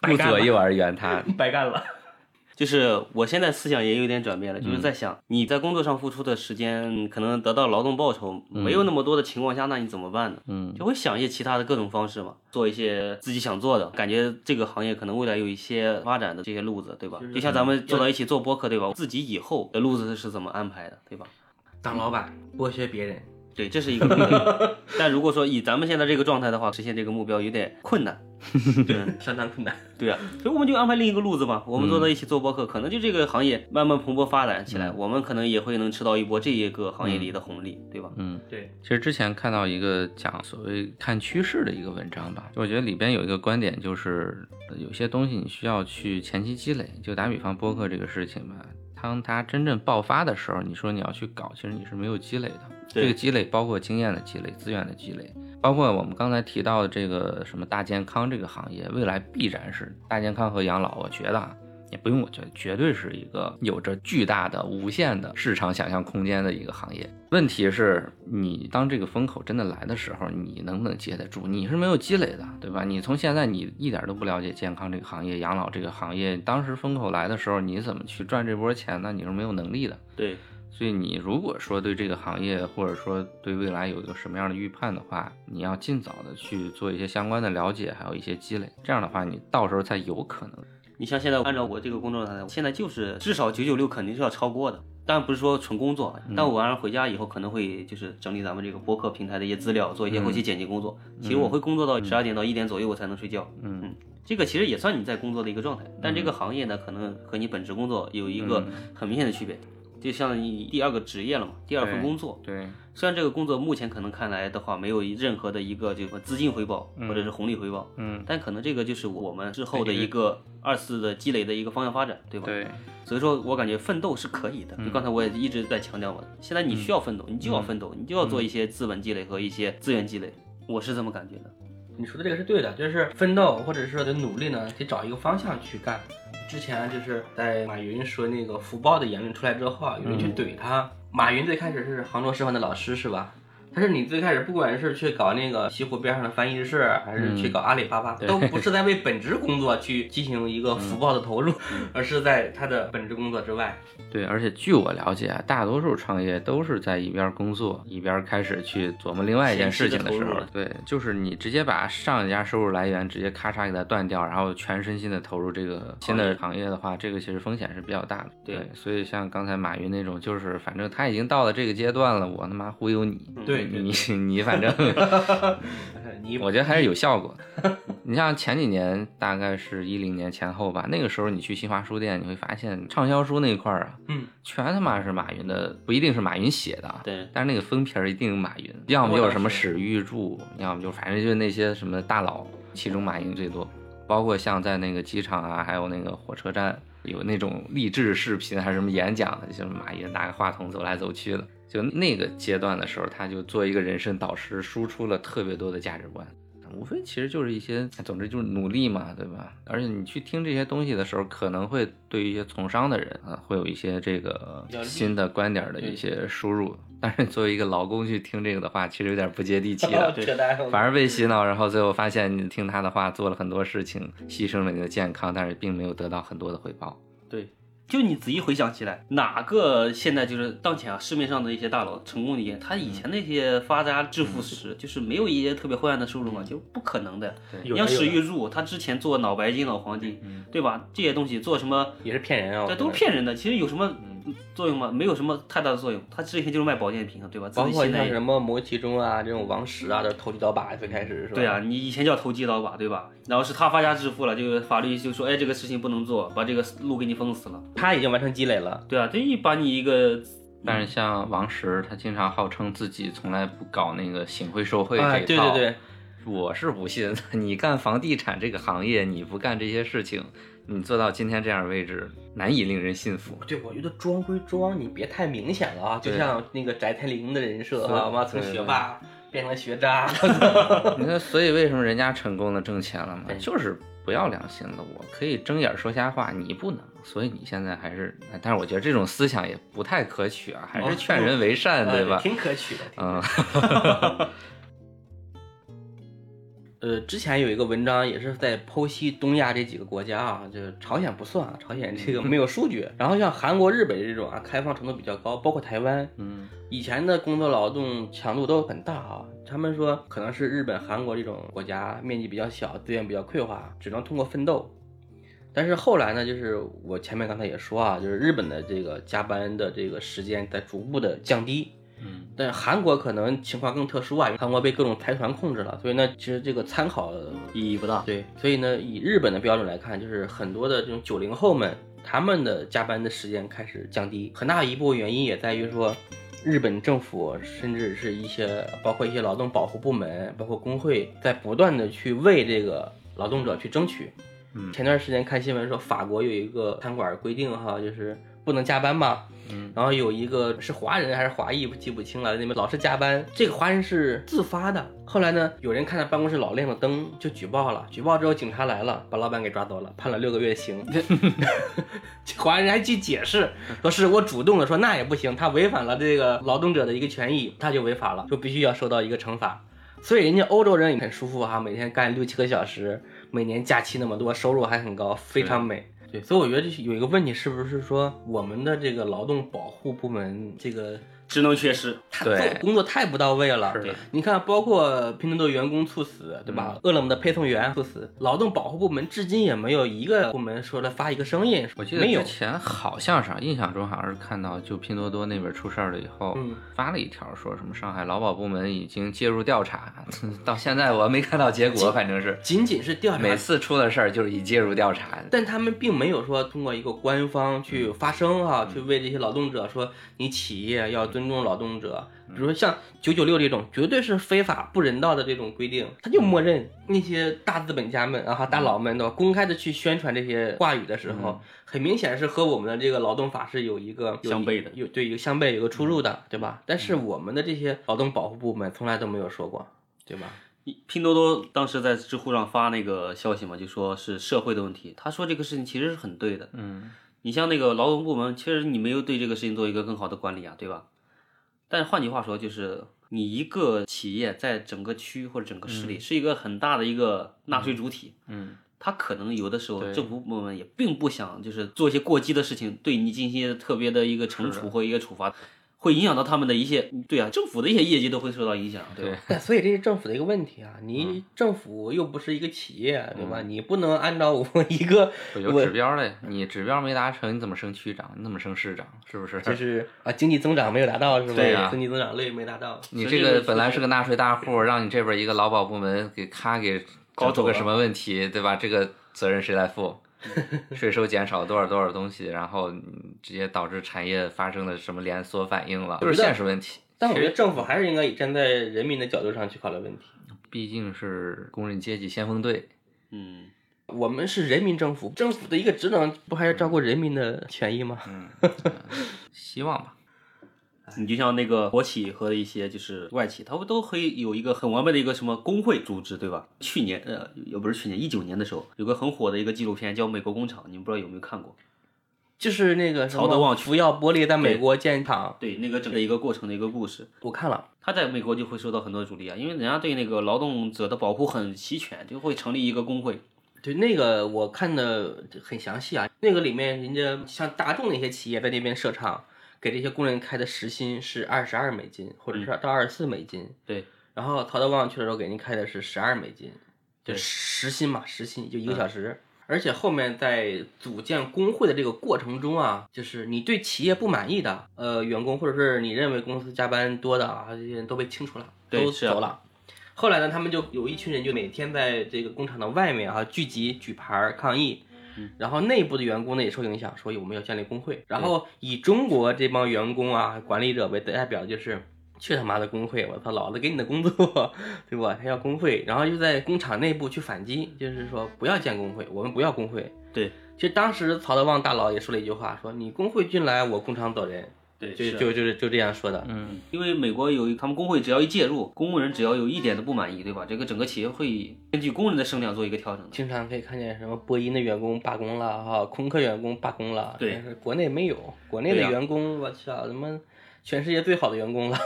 Speaker 1: 不左右而言他。
Speaker 3: (laughs) 白干了。
Speaker 4: 就是我现在思想也有点转变了，就是在想你在工作上付出的时间，可能得到劳动报酬没有那么多的情况下，那你怎么办呢？
Speaker 1: 嗯，
Speaker 4: 就会想一些其他的各种方式嘛，做一些自己想做的，感觉这个行业可能未来有一些发展的这些路子，对吧？就像咱们坐到一起做播客，对吧？自己以后的路子是怎么安排的，对吧？
Speaker 3: 当老板剥削别人，
Speaker 4: 对，这是一个目标。但如果说以咱们现在这个状态的话，实现这个目标有点困难。
Speaker 3: 对，相当困难。
Speaker 4: 对啊，所以我们就安排另一个路子嘛。我们坐在一起做播客，可能就这个行业慢慢蓬勃发展起来，我们可能也会能吃到一波这一个行业里的红利，对吧？
Speaker 1: 嗯，
Speaker 3: 对，
Speaker 1: 其实之前看到一个讲所谓看趋势的一个文章吧，就我觉得里边有一个观点，就是呃有些东西你需要去前期积累。就打比方播客这个事情吧，当它真正爆发的时候，你说你要去搞，其实你是没有积累的。
Speaker 4: 对
Speaker 1: 这个积累包括经验的积累、资源的积累，包括我们刚才提到的这个什么大健康这个行业，未来必然是大健康和养老，我觉得啊。也不用我觉得，绝对是一个有着巨大的、无限的市场想象空间的一个行业。问题是，你当这个风口真的来的时候，你能不能接得住？你是没有积累的，对吧？你从现在你一点都不了解健康这个行业、养老这个行业，当时风口来的时候，你怎么去赚这波钱呢？你是没有能力的。
Speaker 4: 对，
Speaker 1: 所以你如果说对这个行业或者说对未来有一个什么样的预判的话，你要尽早的去做一些相关的了解，还有一些积累。这样的话，你到时候才有可能。
Speaker 4: 你像现在按照我这个工作状态，现在就是至少九九六肯定是要超过的。当然不是说纯工作，
Speaker 1: 嗯
Speaker 4: 但我晚上回家以后可能会就是整理咱们这个播客平台的一些资料，做一些
Speaker 1: 嗯
Speaker 4: 后期剪辑工作。其实我会工作到十二点到一点左右，我才能睡觉。
Speaker 1: 嗯
Speaker 4: 这个其实也算你在工作的一个状态，但这个行业呢，可能和你本职工作有一
Speaker 1: 嗯
Speaker 4: 个很明显的区别，就像你第二个职业了嘛，第二份
Speaker 1: 对
Speaker 4: 工作。
Speaker 1: 对，
Speaker 4: 虽然这个工作目前可能看来的话，没有任何的一个就是资金回报或者是红利回报，
Speaker 1: 嗯，
Speaker 4: 但可能这个就是我们之后的一个二次的积累的一个方向发展，对嗯吧？
Speaker 1: 对，
Speaker 4: 所以说我感觉奋斗是可以的。就刚才我也一直在强调嘛，现在你需要奋斗，你就要奋斗，你就要做一些资本积累和一些资源积累，我是这么感觉的。
Speaker 3: 你说的这个是对的，就是奋斗或者说得努力呢，得找一个方向去干。之前就是在马云说那个福报的言论出来之后啊，有人去怼他。马云最开始是杭州师范的老师是吧？但是你最开始不管是去搞那个西湖边上的翻译室，还是去搞阿里巴巴，都不是在为本职工作去进行一个福报的投入， (laughs) 而是在他的本职工作之外。
Speaker 1: 对，而且据我了解，啊大多数创业都是在一边工作一边开始去琢磨另外一件事情的时
Speaker 4: 前期的投
Speaker 1: 候
Speaker 4: 入，
Speaker 1: 对，就是你直接把上一家收入来源直接咔嚓给它断掉，然后全身心的投入这个新的行业的话，这个其实风险是比较大的。
Speaker 4: 对
Speaker 1: 所以像刚才马云那种，就是反正他已经到了这个阶段了，我他妈忽悠你，
Speaker 4: 嗯
Speaker 3: 对对
Speaker 1: 你你反
Speaker 4: (laughs)
Speaker 1: 正
Speaker 3: (laughs) 你
Speaker 1: 我觉得还是有效果的。你像前几年，大概是一零年前后吧，那个时候你去新华书店，你会发现畅销书那一块儿啊，
Speaker 3: 嗯，
Speaker 1: 全他妈是马云的，不一定是马云写的啊，
Speaker 4: 对
Speaker 1: 但是那个封皮儿一定有马云，要么就是什么史玉柱，要么就反正就是那些什么大佬，其中马云最多。包括像在那个机场啊，还有那个火车站，有那种励志视频还是什么演讲的，就是马云拿个话筒走来走去的。就那个阶段的时候，他就做一个人生导师，输出了特别多的价值观。无非其实就是一些，总之就是努力嘛，对吧？而且你去听这些东西的时候，可能会对一些从商的人啊，会有一些这个
Speaker 3: 比较利
Speaker 1: 新的观点的一些输入。但是作为一个劳工去听这个的话，其实有点不接地气
Speaker 3: (laughs)
Speaker 1: 了。
Speaker 3: 扯淡
Speaker 1: 反而被洗脑，然后最后发现你听他的话做了很多事情，牺牲了你的健康，但是并没有得到很多的回报。
Speaker 4: 对，就你仔细回想起来，哪个现在就是当前啊市面上的一些大佬成功的人，他以前那些发家致富史，就是没有一些特别灰暗的收入嘛，就不可能的。你像史玉柱，他之前做脑白金、脑黄金，对吧？这些东西做什么？
Speaker 3: 也是骗人啊，
Speaker 4: 这都是骗人的，其实有什么
Speaker 3: 嗯
Speaker 4: 作用吗？没有什么太大的作用。他之前就是卖保健品的，啊对吧？自
Speaker 3: 包
Speaker 4: 己
Speaker 3: 括
Speaker 4: 现
Speaker 3: 像
Speaker 4: 在
Speaker 3: 什么摩其中啊，这种王石啊，都是投机倒把，最开始是吧？
Speaker 4: 对啊，，你以前叫投机倒把，对吧？然后是他发家致富了，就是法律就说，哎，这个事情不能做，把这个路给你封死了。
Speaker 3: 他已经完成积累了，
Speaker 4: 对啊，这一把你一个
Speaker 3: 嗯
Speaker 1: 但是像王石，他经常号称自己从来不搞那个行贿受贿这一套，
Speaker 3: 哎对对对，
Speaker 1: 我是不信 (laughs) 的。你干房地产这个行业，你不干这些事情，你做到今天这样的位置，难以令人信服。
Speaker 3: 对，我觉得装归装，你别太明显了啊，就
Speaker 1: 对
Speaker 3: 像那个翟天临的人设
Speaker 1: 是
Speaker 3: 啊，妈从
Speaker 1: 对
Speaker 3: 学霸变成
Speaker 1: (laughs)
Speaker 3: 学渣，
Speaker 1: 你看，所以为什么人家成功了挣钱了嘛
Speaker 4: 对，
Speaker 1: 就是不要良心了。我可以睁眼说瞎话，你不能，所以你现在还是，但是我觉得这种思想也不太可取啊，还是劝人为
Speaker 3: (laughs)
Speaker 1: 善，对吧？
Speaker 3: 哦哎呃挺可取的，挺
Speaker 1: 嗯，
Speaker 3: 呃，之前有一个文章也是在剖析东亚这几个国家啊，就是朝鲜不算啊，朝鲜这个
Speaker 1: 嗯
Speaker 3: 没有数据。然后像韩国、日本这种啊，开放程度比较高，包括台湾，
Speaker 1: 嗯，
Speaker 3: 以前的工作劳动强度都很大啊。他们说可能是日本、韩国这种国家面积比较小，资源比较匮乏，只能通过奋斗。但是后来呢，就是我前面刚才也说啊，就是日本的这个加班的这个时间在逐步的降低，
Speaker 4: 嗯，
Speaker 3: 但韩国可能情况更特殊啊，因为韩国被各种财团控制了，所以呢，其实这个参考
Speaker 4: 意义不大。
Speaker 3: 对，所以呢，以日本的标准来看，就是很多的这种九零后们，他们的加班的时间开始降低，很大一部分原因也在于说，日本政府甚至是一些包括一些劳动保护部门，包括工会，在不断的去为这个劳动者去争取。
Speaker 1: 嗯
Speaker 3: 前段时间看新闻说，法国有一个餐馆规定哈，就是不能加班嘛，
Speaker 1: 嗯
Speaker 3: 然后有一个是华人还是华裔，记不清了，那边老是加班。这个华人是自发的。后来呢，有人看到办公室老亮着灯，就举报了。举报之后，警察来了，把老板给抓走了，判了六个月刑。 (laughs) 这这华人还去解释，说是我主动的，说那也不行，他违反了这个劳动者的一个权益，他就违法了，就必须要受到一个惩罚。所以人家欧洲人也很舒服哈、啊每天干六七个小时，每年假期那么多，收入还很高，非常美。对，所以我觉得这是有一个问题，是不是说我们的这个劳动保护部门这个
Speaker 4: 职能缺失，
Speaker 3: 他
Speaker 1: 对
Speaker 3: 做工作太不到位了？
Speaker 1: 是的，嗯
Speaker 3: 你看，包括拼多多员工猝死，对吧？饿了么的配送员猝死，劳动保护部门至今也没有一个部门说来发一个声音，
Speaker 1: (laughs) 我记得
Speaker 3: 没有
Speaker 1: 之。前好像是啊，印象中好像是看到，就拼多多那边出事儿了以后，
Speaker 3: 嗯
Speaker 1: 发了一条说什么上海劳保部门已经介入调查， (laughs) 到现在我没看到结果，反正是
Speaker 3: 仅仅是调查
Speaker 1: 每次出了事儿就是以介入调查。
Speaker 3: 但他们并没有说通过一个官方去发声啊，
Speaker 4: 嗯
Speaker 3: 去为这些劳动者说你企业要尊重劳动者。
Speaker 4: 嗯
Speaker 3: 比如说像九九六这种绝对是非法不人道的这种规定，他就默
Speaker 4: 嗯
Speaker 3: 认那些大资本家们啊哈大佬们都公开的去宣传这些话语的时
Speaker 4: 嗯
Speaker 3: 候，很明显是和我们的这个劳动法是有一个有一
Speaker 4: 相悖的嗯
Speaker 3: 有对有相悖有个出入的，对吧？但是我们的这些劳动保护部门从来都没有说过，对吧？
Speaker 4: 拼多多当时在知乎上发那个消息嘛，就说是社会的问题。他说这个事情其实是很对的。
Speaker 1: 嗯，
Speaker 4: 你像那个劳动部门，其实你没有对这个事情做一个更好的管理啊，对吧？但是换句话说，就是你一个企业在整个区或者整个市里是一个很大的一个纳税主体，
Speaker 1: 嗯，
Speaker 4: 他可能有的时候
Speaker 1: 对
Speaker 4: 政府部门也并不想就是做一些过激的事情，对你进行一些特别的一个惩处或一个处罚，会影响到他们的一些对啊，政府的一些业绩都会受到影响，对吧？
Speaker 3: 对，所以这是政府的一个问题啊！你政府又不是一个企业，对吧？你不能按照我一个
Speaker 1: 有
Speaker 3: 我
Speaker 1: 指标嘞，你指标没达成，你怎么升区长？你怎么升市长？是不是？
Speaker 3: 就是啊，经济增长没有达到是吧？
Speaker 1: 对呀
Speaker 3: 经济增长率没达到，
Speaker 1: 你
Speaker 4: 所
Speaker 1: 这
Speaker 4: 以这个
Speaker 1: 个
Speaker 4: 就
Speaker 1: 本来
Speaker 4: 是
Speaker 1: 是个纳税大户，让你这边一个劳保部门给咔给搞出
Speaker 4: 走
Speaker 1: 个
Speaker 4: 了
Speaker 1: 什么问题，对吧？这个责任谁来
Speaker 4: (laughs)
Speaker 1: 负？税收减少多少多少东西，然后嗯直接导致产业发生了什么连锁反应了，就是现实问题。
Speaker 3: 但我觉得政府还是应该以站在人民的角度上去考虑问题。
Speaker 1: 毕竟是工人阶级先锋队，
Speaker 4: 嗯，
Speaker 3: 我们是人民政府，政府的一个职能不还要照顾人民的权益吗？
Speaker 4: 嗯
Speaker 1: 嗯希望吧。
Speaker 4: 你就像那个国企和一些就是外企，他们都可以有一个很完备的一个什么工会组织，对吧？去年呃，也不是去年，一九年的时候，有个很火的一个纪录片叫《美国工厂》，你们不知道有没有看过？
Speaker 3: 就是那个什
Speaker 4: 曹德
Speaker 3: 么
Speaker 4: 旺去
Speaker 3: 福耀玻璃在美国建厂，
Speaker 4: 对，那个整个一个过程的一个故事。
Speaker 3: 我看了，
Speaker 4: 他在美国就会受到很多阻力啊，因为人家对那个劳动者的保护很齐全，就会成立一个工会。
Speaker 3: 对那个我看的很详细啊，那个里面人家像大众那些企业在那边设厂，给这些工人开的时薪是二十二美金，或者是到二十四美金。
Speaker 4: 对，
Speaker 3: 然后曹德旺去的时候给您开的是十二美金，
Speaker 4: 对
Speaker 3: 就
Speaker 4: 嗯
Speaker 3: 时薪嘛，时薪就一个小时。而且后面在组建工会的这个过程中啊，就是你对企业不满意的呃员工，或者是你认为公司加班多的啊，这些人都被清除了，
Speaker 4: 对
Speaker 3: 都
Speaker 4: 是啊
Speaker 3: 走了。后来呢，他们就有一群人就每天在这个工厂的外面啊聚集举牌儿抗议。
Speaker 4: 嗯
Speaker 3: 然后内部的员工呢也受影响，所以我们要建立工会。然后以中国这帮员工啊、管理者为代表，就是去他妈的工会！我操，老子给你的工作，对吧？他要工会，然后就在工厂内部去反击，就是说不要建工会，我们不要工会。
Speaker 4: 对
Speaker 3: 其实当时曹德旺大佬也说了一句话，说你工会进来，我工厂走人，
Speaker 4: 对，
Speaker 3: 就
Speaker 4: 就
Speaker 3: 就就就这样说的。
Speaker 1: 嗯，
Speaker 4: 因为美国有一他们工会只要一介入，工人只要有一点的不满意，对吧？这个整个企业会根据工人的声量做一个调整的。
Speaker 3: 经常可以看见什么波音的员工罢工了哈，空客员工罢工了，
Speaker 4: 对
Speaker 3: 但是国内没有，国内的
Speaker 4: 对呀
Speaker 3: 员工，我操，他妈全世界最好的
Speaker 1: (laughs)
Speaker 3: 员工了。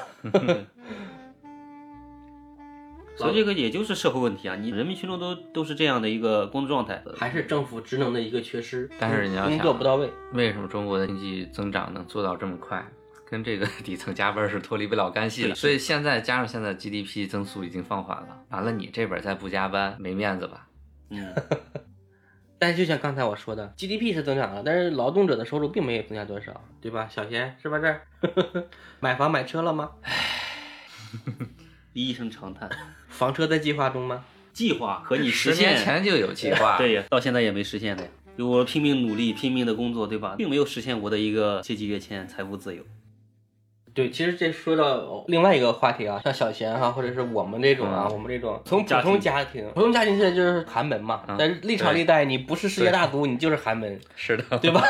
Speaker 4: 所以这个也就是社会问题啊，你人民群众都都是这样的一个工作状态。
Speaker 3: 还是政府职能的一个缺失，
Speaker 1: 但是你要想
Speaker 3: 工作不到位，
Speaker 1: 为什么中国的经济增长能做到这么快？跟这个底层加班是脱离不了干系的，所以现在加上现在 GDP 增速已经放缓了，完了你这边再不加班没面子吧？
Speaker 4: 嗯，
Speaker 3: 但就像刚才我说的，GDP 是增长了，但是劳动者的收入并没有增加多少，对吧？小贤是不是？ (laughs) 买房买车了吗？
Speaker 4: 一声长叹。
Speaker 3: 房车在计划中吗？
Speaker 4: 计划和你实
Speaker 1: 十
Speaker 4: 现
Speaker 1: 年前就有计划，
Speaker 4: 对呀，到现在也没实现的呀。我拼命努力，拼命的工作，对吧？并没有实现我的一个阶级跃迁、财富自由。
Speaker 3: 对，其实这说到另外一个话题啊，像小贤哈、或者是我们这种啊，我们这种从普通家庭，嗯普通家庭现在就是寒门嘛，但是历朝历代你不是世界大族，你就是寒门，
Speaker 1: 是
Speaker 4: (laughs)
Speaker 1: 的，
Speaker 3: (laughs) 对吧？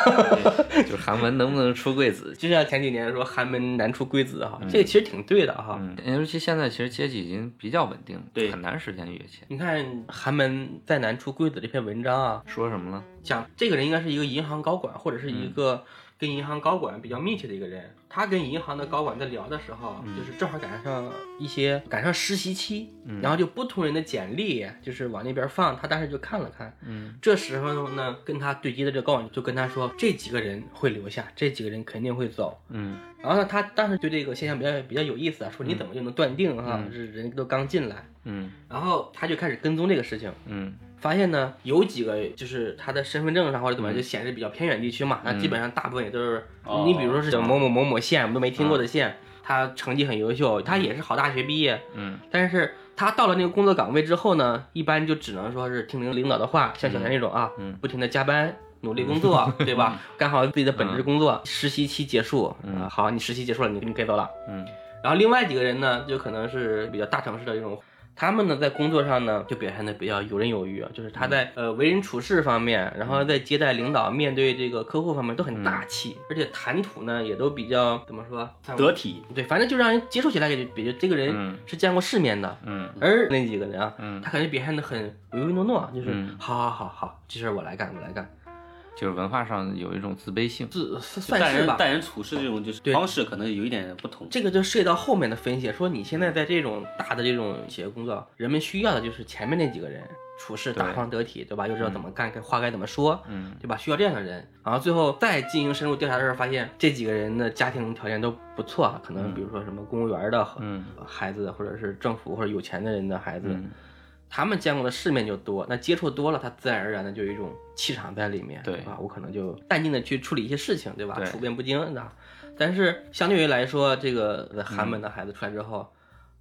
Speaker 1: 就是韩文能不能出贵子？
Speaker 3: 就像前几年说寒门难出贵子哈、这个其实挺对的哈、
Speaker 1: 嗯尤其现在其实阶级已经比较稳定了，
Speaker 4: 嗯对
Speaker 1: 很难实现跃迁。
Speaker 3: 你看寒门再难出贵子这篇文章啊，
Speaker 1: 说什么了？
Speaker 3: 讲这个人应该是一个银行高管，或者是
Speaker 1: 嗯
Speaker 3: 一个跟银行高管比较密切的一个人。他跟银行的高管在聊的时候，
Speaker 1: 嗯
Speaker 3: 就是正好赶上一些赶上实习期，
Speaker 1: 嗯
Speaker 3: 然后就不同人的简历就是往那边放。他当时就看了看，
Speaker 1: 嗯，
Speaker 3: 这时候呢，跟他对接的这个高管就跟他说，这几个人会留下，这几个人肯定会走。
Speaker 1: 嗯
Speaker 3: 然后呢，他当时对这个现象比较比较有意思啊，说你怎么就能断定哈、
Speaker 1: 嗯
Speaker 3: 这人都刚进来。
Speaker 1: 嗯
Speaker 3: 然后他就开始跟踪这个事情，
Speaker 1: 嗯
Speaker 3: 发现呢，有几个就是他的身份证上或者怎么样就显示比较偏远地区嘛，那、基本上大部分也都是、
Speaker 4: 哦
Speaker 3: 你比如说是嗯嗯某某某某县，我们都没听过的县，他成绩很优秀，他也是好大学毕业，
Speaker 1: 嗯
Speaker 3: 但是他到了那个工作岗位之后呢，一般就只能说是听领领导的话，像小陈这种啊，
Speaker 1: 嗯
Speaker 3: 不停的加班。努力工作， (laughs) 对吧？干好自己的本职工作。实习期结束，
Speaker 1: 嗯
Speaker 3: 啊好，你实习结束了，你你可以走了。
Speaker 1: 嗯
Speaker 3: 然后另外几个人呢，就可能是比较大城市的这种，他们呢在工作上呢就表现的比较游刃有余啊，就是他在、
Speaker 1: 嗯
Speaker 3: 呃为人处事方面，然后在接待领导、面对这个客户方面都
Speaker 1: 嗯
Speaker 3: 很大气，而且谈吐呢也都比较怎么说
Speaker 4: 得。体，
Speaker 3: 对，反正就让人接受起来，感觉比如这个人
Speaker 1: 嗯
Speaker 3: 是见过世面的。
Speaker 1: 嗯
Speaker 3: 而那几个人啊，
Speaker 1: 嗯，
Speaker 3: 他感觉表现的很唯唯诺诺，就是、
Speaker 1: 嗯
Speaker 3: 好好好好，这事儿我来干，我来干，
Speaker 1: 就是文化上有一种自卑
Speaker 4: 嗯
Speaker 1: 性。
Speaker 3: 自
Speaker 4: 就
Speaker 3: 算
Speaker 4: 待
Speaker 3: 是
Speaker 4: 人
Speaker 3: 吧。
Speaker 4: 待人处事这种就是
Speaker 3: 对
Speaker 4: 方式，可能有一点不同。
Speaker 3: 这个就涉及到后面的分析，说你现在在这种大的这种企业工作，人们需要的就是前面那几个人处事大方得体，对吧？又知道怎么干，该话该怎么说，
Speaker 1: 嗯
Speaker 3: 对吧？需要这样的人。然后最后再进行深入调查的时候，发现这几个人的家庭条件都不错啊，可能比如说什么公务员的呃
Speaker 1: 嗯
Speaker 3: 孩子，或者是政府或者有钱的人的孩子，
Speaker 1: 嗯，
Speaker 3: 他们见过的世面就多，那接触多了，他自然而然的就有一种气场在里面，
Speaker 1: 对
Speaker 3: 吧？我可能就淡定的去处理一些事情，对吧？
Speaker 1: 对
Speaker 3: 处变不惊的。但是相对于来说，这个寒
Speaker 1: 嗯
Speaker 3: 门的孩子出来之后，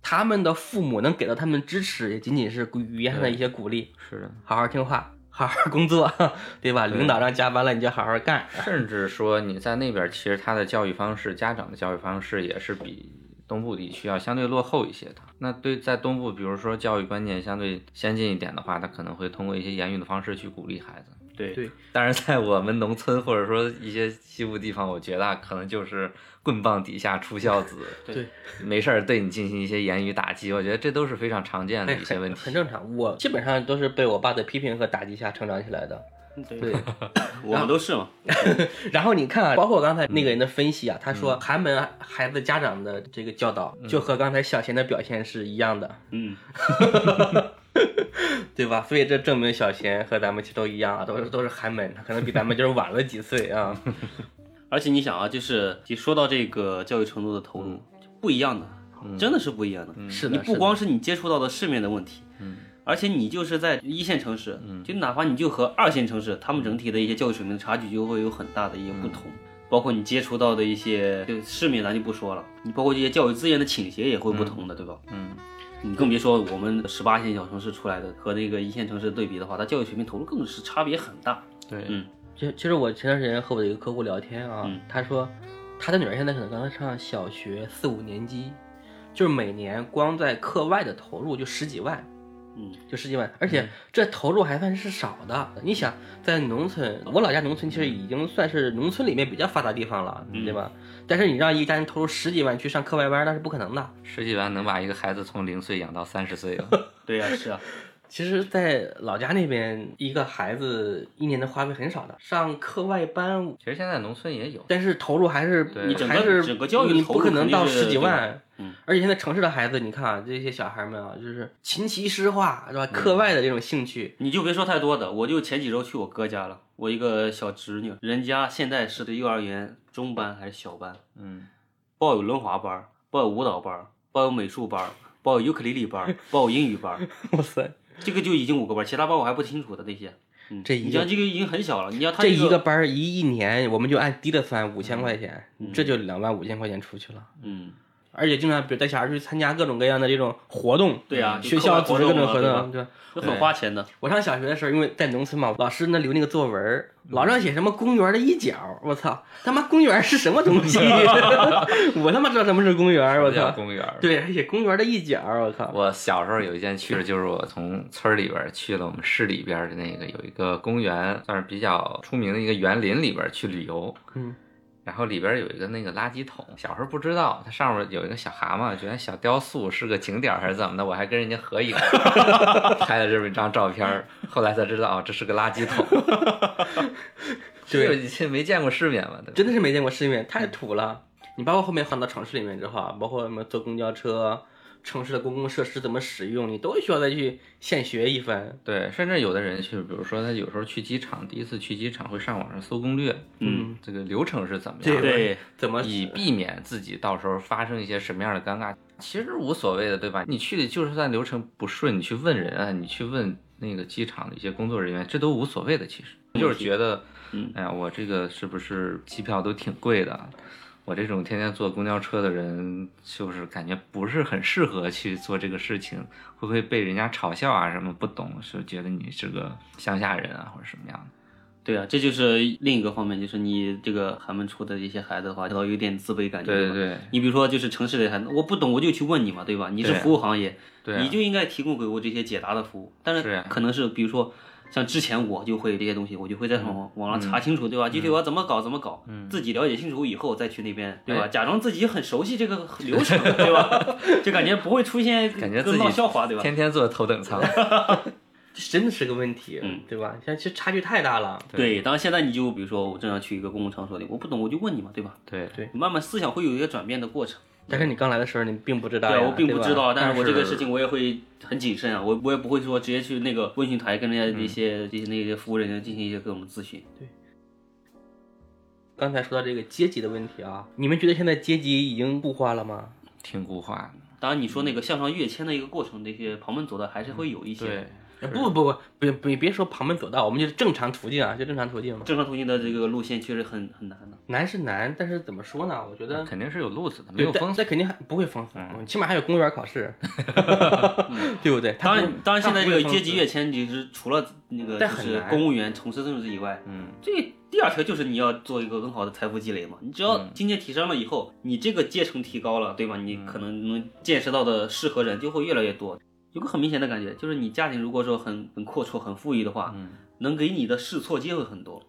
Speaker 3: 他们的父母能给到他们支持，也仅仅是语言上的一些鼓励，
Speaker 1: 是的。
Speaker 3: 好好听话，好好工作， (laughs) 对吧？领导让加班了，你就好好干。
Speaker 1: 甚至说你在那边，其实他的教育方式、家长的教育方式也是比东部地区要相对落后一些的。那对在东部，比如说教育观念相对先进一点的话，他可能会通过一些言语的方式去鼓励孩子。
Speaker 4: 对
Speaker 3: 对
Speaker 1: 当然，在我们农村或者说一些西部地方，我觉得啊可能就是棍棒底下出孝子，
Speaker 3: (laughs) 对，
Speaker 1: 没事儿对你进行一些言语打击，我觉得这都是非常常见的一些问
Speaker 3: (laughs)
Speaker 1: 题。
Speaker 3: 很正常。我基本上都是被我爸的批评和打击下成长起来的。
Speaker 4: 对
Speaker 3: 对，
Speaker 4: 我们都是嘛。
Speaker 3: 然后你看啊，包括刚才那个人的分析啊，他说寒门孩子家长的这个教导，就和刚才小贤的表现是一样的， (laughs)
Speaker 4: 嗯，
Speaker 3: 对吧？所以这证明小贤和咱们其实都一样啊，都是都是寒门，可能比咱们就是晚了几岁啊。
Speaker 4: 而且你想啊，就是你说到这个教育程度的投入，不一样的，真的是不一样的。
Speaker 3: 嗯是
Speaker 4: 你
Speaker 3: 的，
Speaker 4: 不光是你接触到的世面的问题，
Speaker 1: 嗯，
Speaker 4: 而且你就是在一线城市，
Speaker 3: 嗯
Speaker 4: 就哪怕你就和二线城市，他们整体的一些教育水平的差距就会有很大的一些不同，
Speaker 3: 嗯
Speaker 4: 包括你接触到的一些就世面，咱就不说了，你包括这些教育资源的倾斜也会不同的，对吧？
Speaker 1: 嗯，
Speaker 4: 你更别说我们十八线小城市出来的和那个一线城市对比的话，它教育水平投入更是差别很大。
Speaker 1: 对，
Speaker 4: 嗯
Speaker 3: 其实其实我前段时间和我的一个客户聊天啊，
Speaker 4: 嗯
Speaker 3: 他说他的女儿现在可能刚上小学四五年级，就是每年光在课外的投入就十几万，
Speaker 4: 嗯，
Speaker 3: 就十几万，而且这投入还算是少的。你想，在农村，我老家农村其实已经算是农村里面比较发达地方了，
Speaker 4: 嗯
Speaker 3: 对吧？但是你让一个家庭投入十几万去上课外班，那是不可能的。
Speaker 1: 十几万能把一个孩子从零岁养到三十岁哦了。
Speaker 4: 对呀、是啊，
Speaker 3: 其实，在老家那边，一个孩子一年的花费很少的，上课外班，
Speaker 1: 其实现在农村也有，
Speaker 3: 但是投入还是
Speaker 1: 对你整
Speaker 4: 个
Speaker 3: 还是
Speaker 4: 整个教育
Speaker 3: 你
Speaker 4: 投
Speaker 3: 不
Speaker 4: 入
Speaker 3: 可
Speaker 4: 肯
Speaker 3: 能
Speaker 4: 定
Speaker 3: 到
Speaker 4: 是
Speaker 3: 十几万。
Speaker 4: 嗯
Speaker 3: 而且现在城市的孩子，你看啊，这些小孩们啊，就是琴棋诗画，是吧？课
Speaker 4: 嗯
Speaker 3: 外的这种兴趣，
Speaker 4: (laughs) 你就别说太多的，我就前几周去我哥家了，我一个小侄女，人家现在是的幼儿园中班还是小班，
Speaker 1: 嗯，
Speaker 4: 报有轮滑班儿，报有舞蹈班儿，报有美术班儿，报有尤克里里班儿，报有英语班儿，
Speaker 3: 哇塞！
Speaker 4: 这个就已经五个班儿，其他班我还不清楚的那些。嗯
Speaker 3: 这一
Speaker 4: 你像
Speaker 3: 个
Speaker 4: 这个已经很小了，你要他
Speaker 3: 这一
Speaker 4: 个
Speaker 3: 班儿一一年，我们就按低的算五千块钱，这就两万五千块钱出去了。
Speaker 4: 嗯，
Speaker 3: 而且经常比如带小孩去参加各种各样的这种活动，
Speaker 4: 对啊就
Speaker 3: 学校
Speaker 4: 课
Speaker 3: 组
Speaker 4: 外
Speaker 3: 织各
Speaker 4: 活动啊
Speaker 3: 种活
Speaker 4: 对吧
Speaker 3: 动，对吧。
Speaker 4: 这很花钱的。
Speaker 3: 我上小学的时候，因为在农村嘛，老师那留那个作文儿，老让写什么公园的一角，我操，他妈公园是什么东西？ (laughs) 我他妈知道什么是公园，
Speaker 4: 啊
Speaker 3: 我
Speaker 1: 叫
Speaker 3: 操！
Speaker 1: 公园儿。
Speaker 3: 对，还写公园的一角，我靠！
Speaker 1: 我小时候有一件趣事，就是我从村儿里边儿去了我们市里边儿的那个有一个公园，算是比较出名的一个园林里边儿去旅游。
Speaker 3: 嗯，
Speaker 1: 然后里边儿有一个那个垃圾桶，小时候不知道它上面有一个小蛤蟆，觉得小雕塑是个景点儿还是怎么的，我还跟人家合影， (laughs) 拍了这么一张照片儿。后来才知道哦，这是个垃圾桶。 (laughs)
Speaker 3: 对
Speaker 1: 就以前没见过世面嘛，对吧？
Speaker 3: 真的是没见过世面，太土了。你包括后面换到城市里面之后啊，包括什么坐公交车、城市的公共设施怎么使用，你都需要再去现学一番。
Speaker 1: 对，甚至有的人去，比如说他有时候去机场，第一次去机场会上网上搜攻略，
Speaker 4: 嗯，
Speaker 1: 这个流程是怎么样
Speaker 3: 对
Speaker 1: 的？
Speaker 4: 对，
Speaker 3: 怎么
Speaker 1: 以避免自己到时候发生一些什么样的尴尬，其实无所谓的，对吧？你去的就算流程不顺，你去问人啊，你去问那个机场的一些工作人员，这都无所谓的。其实就是觉得，
Speaker 4: 嗯
Speaker 1: 哎呀，我这个是不是机票都挺贵的？我这种天天坐公交车的人，就是感觉不是很适合去做这个事情，会不会被人家嘲笑啊？什么不懂，是觉得你是个乡下人啊，或者什么样的？
Speaker 4: 对啊，这就是另一个方面，就是你这个寒门出的一些孩子的话，都有点自卑感觉。
Speaker 1: 对对
Speaker 4: 吧
Speaker 1: 对
Speaker 4: 你比如说，就是城市里的孩子，我不懂我就去问你嘛，对吧？你是
Speaker 1: 对
Speaker 4: 服务行业，
Speaker 1: 对啊
Speaker 4: 你就应该提供给我这些解答的服务。但
Speaker 1: 是
Speaker 4: 是
Speaker 1: 啊
Speaker 4: 可能是比如说，像之前我就会这些东西，我就会在网
Speaker 1: 嗯
Speaker 4: 网上查清楚，对吧？具体我要怎么搞怎么搞，自己了解清楚以后再去那边，对
Speaker 1: 哎
Speaker 4: 吧？假装自己很熟悉这个流程，对吧？
Speaker 1: (laughs)
Speaker 4: 就感觉不会出现
Speaker 1: 感觉
Speaker 4: 跟
Speaker 1: 自己
Speaker 4: 闹笑话，对吧？
Speaker 1: 天天坐头等舱。
Speaker 3: 这真的是个问题，
Speaker 4: 嗯
Speaker 3: 对吧？现在其实差距太大了。
Speaker 4: 对，当然现在你就比如说，我正常去一个公共场所里，我不懂我就问你嘛，对吧？
Speaker 1: 对
Speaker 4: 慢慢思想会有一个转变的过程。
Speaker 3: 但是你刚来的时候，你并不知道呀，
Speaker 4: 对，我并不
Speaker 3: 啊吧
Speaker 4: 知道，但
Speaker 1: 但
Speaker 4: 是我这个
Speaker 1: 是
Speaker 4: 事情我也会很谨慎啊，我我也不会说直接去那个问询台跟人家那些这些那些服务人员进行一些各种咨询。
Speaker 3: 刚才说到这个阶级的问题啊，你们觉得现在阶级已经固化了吗？
Speaker 1: 听固话
Speaker 4: 当然，你说那个向上跃迁的一个过程，那些旁门左道还是会有一
Speaker 1: 的。嗯对
Speaker 4: 些，
Speaker 3: 呃不不不，别别别说旁门左道，我们就是正常途径啊，就正常途径嘛。
Speaker 4: 正常途径的这个路线确实很很难的。
Speaker 3: 难是难，但是怎么说呢？我觉得
Speaker 1: 肯定是有路子的，没
Speaker 3: 对，
Speaker 1: 有
Speaker 3: 但
Speaker 1: 封
Speaker 3: 但肯定还不会封死，起码还有公务员考 (laughs) 试，对不对？他
Speaker 4: 当
Speaker 3: 不
Speaker 4: 然，当然，
Speaker 3: 他
Speaker 4: 现
Speaker 3: 不
Speaker 4: 在这
Speaker 3: 会
Speaker 4: 个
Speaker 3: 封
Speaker 4: 阶级
Speaker 3: 死
Speaker 4: 跃迁，你是除了那个
Speaker 3: 但
Speaker 4: 就
Speaker 3: 很
Speaker 4: 是
Speaker 3: 难
Speaker 4: 公务员从事政治以外，
Speaker 1: 嗯，
Speaker 4: 这个第二条就是你要做一个更好的财富积累嘛。你只
Speaker 3: 嗯
Speaker 4: 要经济提升了以后，你这个阶层提高了，对吧？你可能能见识到的适合人就会越来越多。有个很明显的感觉，就是你家庭如果说很很阔绰、很富裕的话，
Speaker 3: 嗯
Speaker 4: 能给你的试错机会很多。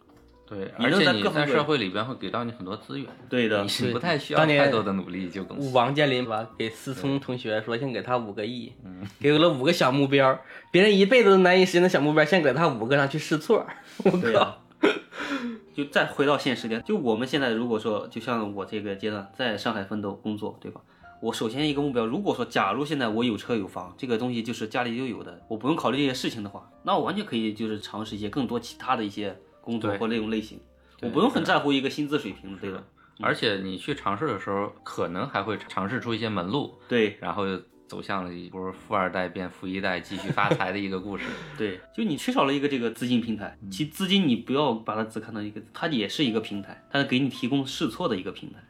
Speaker 1: 对，
Speaker 4: 你
Speaker 1: 而
Speaker 4: 能
Speaker 1: 且
Speaker 4: 在
Speaker 1: 你
Speaker 4: 各
Speaker 1: 在
Speaker 4: 方面
Speaker 1: 社会里边会给到你很多资源，
Speaker 4: 对的，
Speaker 1: 你不太需要
Speaker 3: 当年
Speaker 1: 太多的努力就更
Speaker 3: 王健林吧，给思聪同学说先给他五个亿， (laughs) 给了五个小目标，别人一辈子都难以实现的小目标，先给他五个，让去试错。 (laughs) 我
Speaker 4: 对
Speaker 3: 靠，
Speaker 4: 啊。就再回到现实点，就我们现在如果说，就像我这个阶段在上海奋斗工作，对吧？我首先一个目标，如果说假如现在我有车有房，这个东西就是家里就有的，我不用考虑这些事情的话，那我完全可以就是尝试一些更多其他的一些工作
Speaker 1: 对
Speaker 4: 或那种类型，我不用很在乎一个薪资水平，对吧？
Speaker 1: 而且你去尝试的时候，可能还会尝试出一些门路，
Speaker 4: 对
Speaker 1: 然后又走向了一波富二代变富一代继续发财的一个故事。
Speaker 4: 对，就你缺少了一个这个资金平台，其资金你不要把它只看到一个，它也是一个平台，它给你提供试错的一个平台。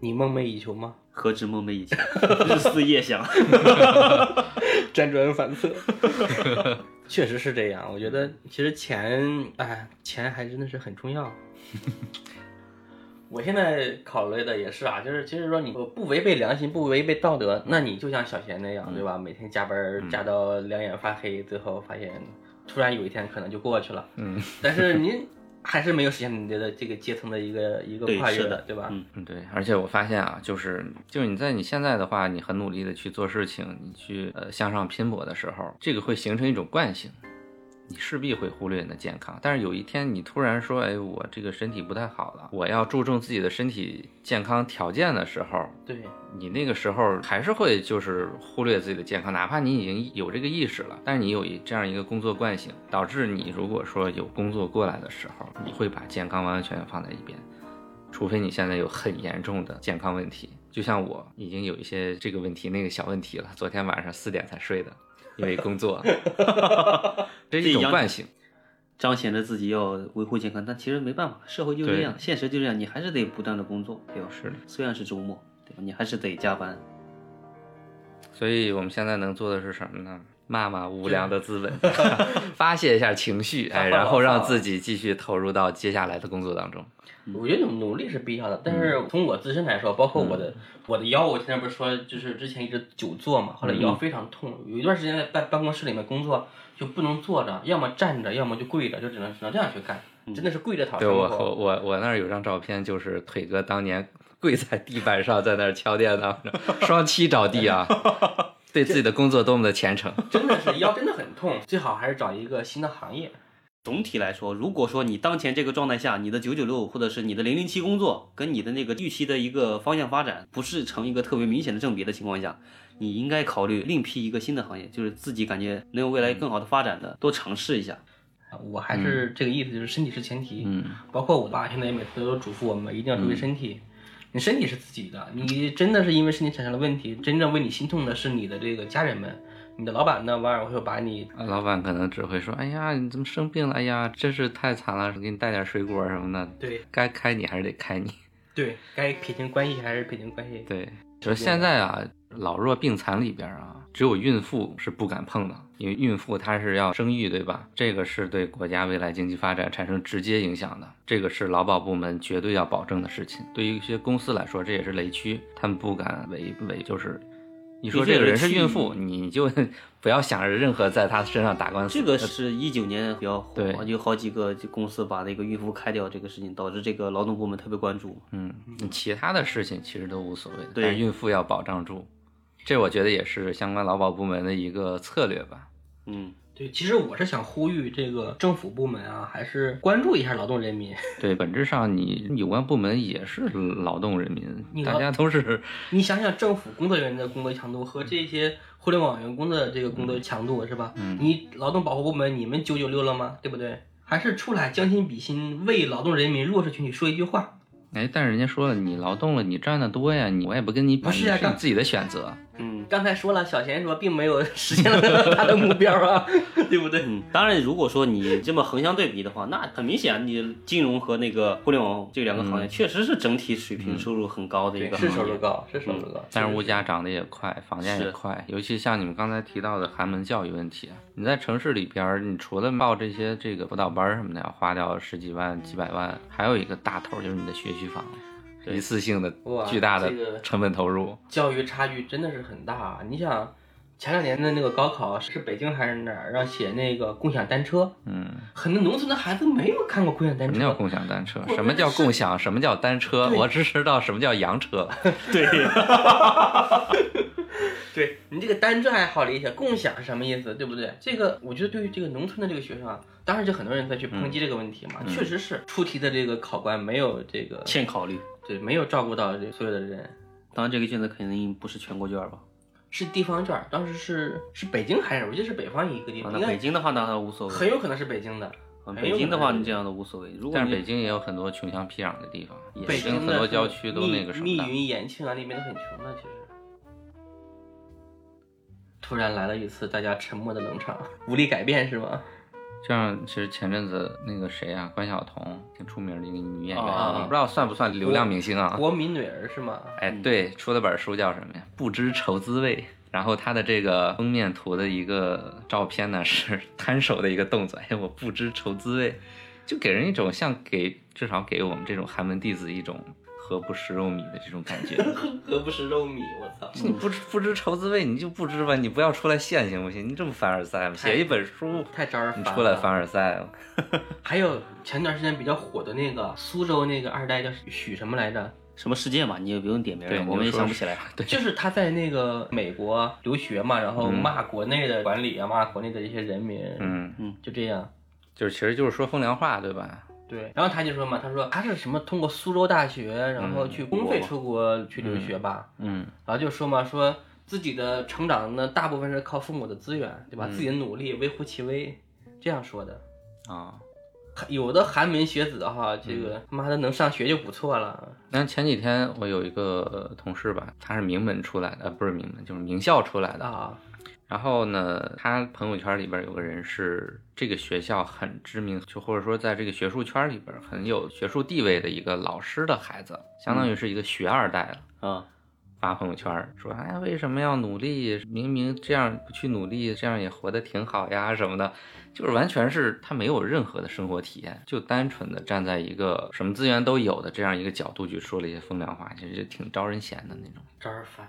Speaker 3: 你梦寐以求吗？
Speaker 4: 何止梦寐以求，日思夜想。
Speaker 3: 辗转反 (laughs) 侧，确实是这样。我觉得其实钱，哎，钱还真的是很重要。 (laughs) 我现在考虑的也是啊，就是其实说你不违背良心，不违背道德，那你就像小贤那样，对吧？每天加班儿加到两眼发黑，最后发现突然有一天可能就过去了。
Speaker 1: 嗯，
Speaker 3: 但是您还是没有实现你的这个阶层的一个一个
Speaker 4: 对
Speaker 3: 跨越
Speaker 4: 是
Speaker 3: 的
Speaker 4: 的，
Speaker 3: 对吧？
Speaker 4: 嗯
Speaker 1: 嗯，对，而且我发现啊，就是就是你在你现在的话，你很努力的去做事情，你去呃向上拼搏的时候，这个会形成一种惯性，你势必会忽略你的健康。但是有一天你突然说，哎，我这个身体不太好了，我要注重自己的身体健康条件的时候，
Speaker 3: 对，
Speaker 1: 你那个时候还是会就是忽略自己的健康，哪怕你已经有这个意识了，但是你有一这样一个工作惯性，导致你如果说有工作过来的时候，你会把健康完完全全放在一边，除非你现在有很严重的健康问题，就像我已经有一些这个问题那个小问题了，昨 (laughs) 天晚上四点才睡的，因为工作，这是一种惯性。
Speaker 4: 彰显着自己要维护健康，但其实没办法，社会就这
Speaker 1: 对
Speaker 4: 样，现实就这样，你还是得不断的工作，对吧？
Speaker 1: 是的，
Speaker 4: 虽然是周末，对吧？你还是得加班。
Speaker 1: 所以我们现在能做的是什么呢？骂骂无良的资本， (laughs) 发泄一下情绪，哎，然后让自己继续投入到接下来的工作当中。
Speaker 3: 我觉得努努力是必要的，但是
Speaker 1: 嗯
Speaker 3: 从我自身来说，包括我的、我的腰，我现在不是说就是之前一直久坐嘛，后来
Speaker 1: 嗯
Speaker 3: 腰非常痛，有一段时间在办办公室里面工作就不能坐着，要么站着，要么就跪着，就只能只能这样去干，真的是跪着讨
Speaker 1: 嗯对
Speaker 3: 生
Speaker 1: 我
Speaker 3: 活。
Speaker 1: 和我我那儿有张照片，就是腿哥当年跪在地板上，在那儿敲电脑，双膝着地
Speaker 3: (laughs)
Speaker 1: 啊，对自己的工作多么的虔诚。
Speaker 3: 真的是腰真的很痛，最好还是找一个新的行业。
Speaker 4: 总体来说，如果说你当前这个状态下，你的九九六或者是你的零零七工作跟你的那个预期的一个方向发展不是成一个特别明显的正比的情况下，你应该考虑另辟一个新的行业，就是自己感觉能有未来更好的发展的，多尝试一下。
Speaker 3: 啊我还是这个意思，就是身体是前提。
Speaker 1: 嗯，
Speaker 3: 包括我爸现在也每次都嘱咐我们一定要注意身体。你身体是自己的，你真的是因为身体产生了问题，真正为你心痛的是你的这个家人们，你的老板呢，偶尔会把你
Speaker 1: 啊老板可能只会说：“哎呀，你怎么生病了？哎呀，真是太惨了，给你带点水果什么的。”
Speaker 3: 对
Speaker 1: 该开你还是得开你。
Speaker 3: 对该撇清关系还是撇清关系。
Speaker 1: 对，就是现在啊，老弱病残里边啊，只有孕妇是不敢碰的，因为孕妇她是要生育，对吧？这个是对国家未来经济发展产生直接影响的，这个是劳保部门绝对要保证的事情。对于一些公司来说，这也是雷区，他们不敢违违，就是你说
Speaker 4: 的确
Speaker 1: 这个人
Speaker 4: 是
Speaker 1: 是
Speaker 4: 去
Speaker 1: 孕妇，你就不要想着任何在她身上打官司。
Speaker 4: 这个是一九年比较火
Speaker 1: 呃对，
Speaker 4: 有好几个就公司把那个孕妇开掉这个事情，导致这个劳动部门特别关注。
Speaker 1: 嗯，你其他的事情其实都无所谓的，
Speaker 4: 对
Speaker 1: 但是孕妇要保障住，这我觉得也是相关劳保部门的一个策略吧。
Speaker 4: 嗯，
Speaker 3: 对，其实我是想呼吁这个政府部门啊，还是关注一下劳动人民。
Speaker 1: 对，本质上你有关部门也是劳动人民，
Speaker 3: 你
Speaker 1: 大
Speaker 3: 劳
Speaker 1: 家都是
Speaker 3: (laughs) 你想想，政府工作人员的工作强度和这些互联网员工的这个工作强度是吧？你劳动保护部门，你们九九六了吗？对不对？还是出来将心比心，为劳动人民弱势群体说一句话。
Speaker 1: 哎，但是人家说了，你劳动了，你占的多呀，你我也不跟你比，
Speaker 3: 不是呀
Speaker 1: 你是
Speaker 3: 刚
Speaker 1: 你自己的选择。
Speaker 4: 嗯
Speaker 3: 刚才说了，小贤说并没有实现了 (laughs) 他的目标啊，对不对？
Speaker 4: 嗯，当然，如果说你这么横向对比的话，那很明显，啊你金融和那个互联网这两个
Speaker 1: 嗯
Speaker 4: 行业确实是整体水平收入很高的一个行
Speaker 3: 是
Speaker 4: 业。
Speaker 3: 收入高，是收入高。
Speaker 1: 但是物价涨得也快，房价也
Speaker 4: 是
Speaker 1: 快，尤其像你们刚才提到的寒门教育问题，啊你在城市里边儿，你除了报这些这个辅导班儿什么的，要花掉十几万、几百万，还有一个大头儿就是你的学区房，一次性的
Speaker 3: 哇
Speaker 1: 巨大
Speaker 3: 这个
Speaker 1: 的成本投入。
Speaker 3: 教育差距真的是很大。啊你想，前两年的那个高考是北京还是哪儿，让写那个共享单车，
Speaker 1: 嗯，
Speaker 3: 很多农村的孩子没有看过共享单
Speaker 1: 什
Speaker 3: 车。
Speaker 1: 么
Speaker 3: 啊
Speaker 1: 叫共享单车？
Speaker 3: 我
Speaker 1: 什么叫共享？什么叫单车？
Speaker 3: 对
Speaker 1: 我只知道什么叫洋车。
Speaker 3: (laughs) 对你这个单车还好理解，共享是什么意思，对不对？这个我觉得对于这个农村的这个学生啊，当然就很多人在去抨击这个问题嘛，确实是出题的这个考官没有这个
Speaker 4: 欠考虑。
Speaker 3: 对没有照顾到这所有的人，
Speaker 4: 当然，这个卷子肯定不是全国卷吧？
Speaker 3: 是地方卷儿，当时是是北京还是我记得是北方一个地
Speaker 4: 啊
Speaker 1: 哦
Speaker 3: 方，
Speaker 4: 那
Speaker 3: 应
Speaker 4: 北
Speaker 3: 该
Speaker 4: 京的话，那还无所谓。
Speaker 3: 很有可能是北京的。
Speaker 4: 啊
Speaker 3: 很有
Speaker 4: 北京的话，
Speaker 3: 可能
Speaker 4: 你这样的无所谓。如果
Speaker 1: 但
Speaker 4: 你
Speaker 1: 是北京也有很多穷乡僻壤的地方，也
Speaker 3: 北
Speaker 1: 是跟
Speaker 3: 京
Speaker 1: 很
Speaker 3: 的
Speaker 1: 多郊区都那个什
Speaker 3: 密
Speaker 1: 么的。
Speaker 3: 云、延庆啊那边都很穷的，其实。突然来了一次大家沉默的冷场，无力改变是吗？
Speaker 1: 这样，其实前阵子那个谁啊，关晓彤挺出名的一个女
Speaker 3: 哦
Speaker 1: 演员，
Speaker 4: 啊
Speaker 1: 我不知道算不算流量明星啊？
Speaker 3: 国民女儿是吗？
Speaker 1: 哎，对，出了本书叫什么呀？不知愁滋味。然后她的这个封面图的一个照片呢，是摊手的一个动作。哎，我不知愁滋味，就给人一种像给至少给我们这种寒门弟子一种何不食肉糜的这种感觉。
Speaker 3: (laughs) 何不食肉糜？我操！
Speaker 1: (laughs) 你不知不知愁滋味，你就不知吧，你不要出来现行不行？你这么凡尔赛吗？写一本书，
Speaker 3: 太招人
Speaker 1: 你
Speaker 3: 烦了。
Speaker 1: 出来凡尔赛吗？
Speaker 3: 还有前段时间比较火的那个苏州那个二代叫许什么来着？
Speaker 4: 什么事件吧，你也不用点名
Speaker 1: 对
Speaker 4: 了，
Speaker 1: 你
Speaker 4: 我们
Speaker 1: 就
Speaker 4: 也
Speaker 1: 说
Speaker 4: 想不
Speaker 1: 是
Speaker 4: 起来。
Speaker 1: 对，
Speaker 3: 就是他在那个美国留学嘛，然后骂国内的管理啊，骂国内的一些人民，
Speaker 1: 嗯，
Speaker 3: 就这样。
Speaker 1: 就是其实就是说风凉话，对吧？
Speaker 3: 对，然后他就说嘛，他说他是什么通过苏州大学，然后去公费出国去留学吧，
Speaker 1: 嗯，
Speaker 3: 然后就说嘛，说自己的成长呢，大部分是靠父母的资源，对吧？自己的努力微乎其微，这样说的。
Speaker 1: 啊、
Speaker 3: 有的寒门学子哈，这个妈的能上学就不错了，
Speaker 1: 那前几天我有一个呃同事吧，他是名门出来的，呃不是名门，就是名校出来的。
Speaker 3: 啊，
Speaker 1: 然后呢，他朋友圈里边有个人是这个学校很知名，就或者说在这个学术圈里边很有学术地位的一个老师的孩子，相当于是一个学二代了。
Speaker 4: 啊，
Speaker 1: 发朋友圈说：“哎，为什么要努力？明明这样不去努力，这样也活得挺好呀什么的。”就是完全是他没有任何的生活体验，就单纯的站在一个什么资源都有的这样一个角度去说了一些风凉话，其实挺招人嫌的那种。
Speaker 3: 招人烦。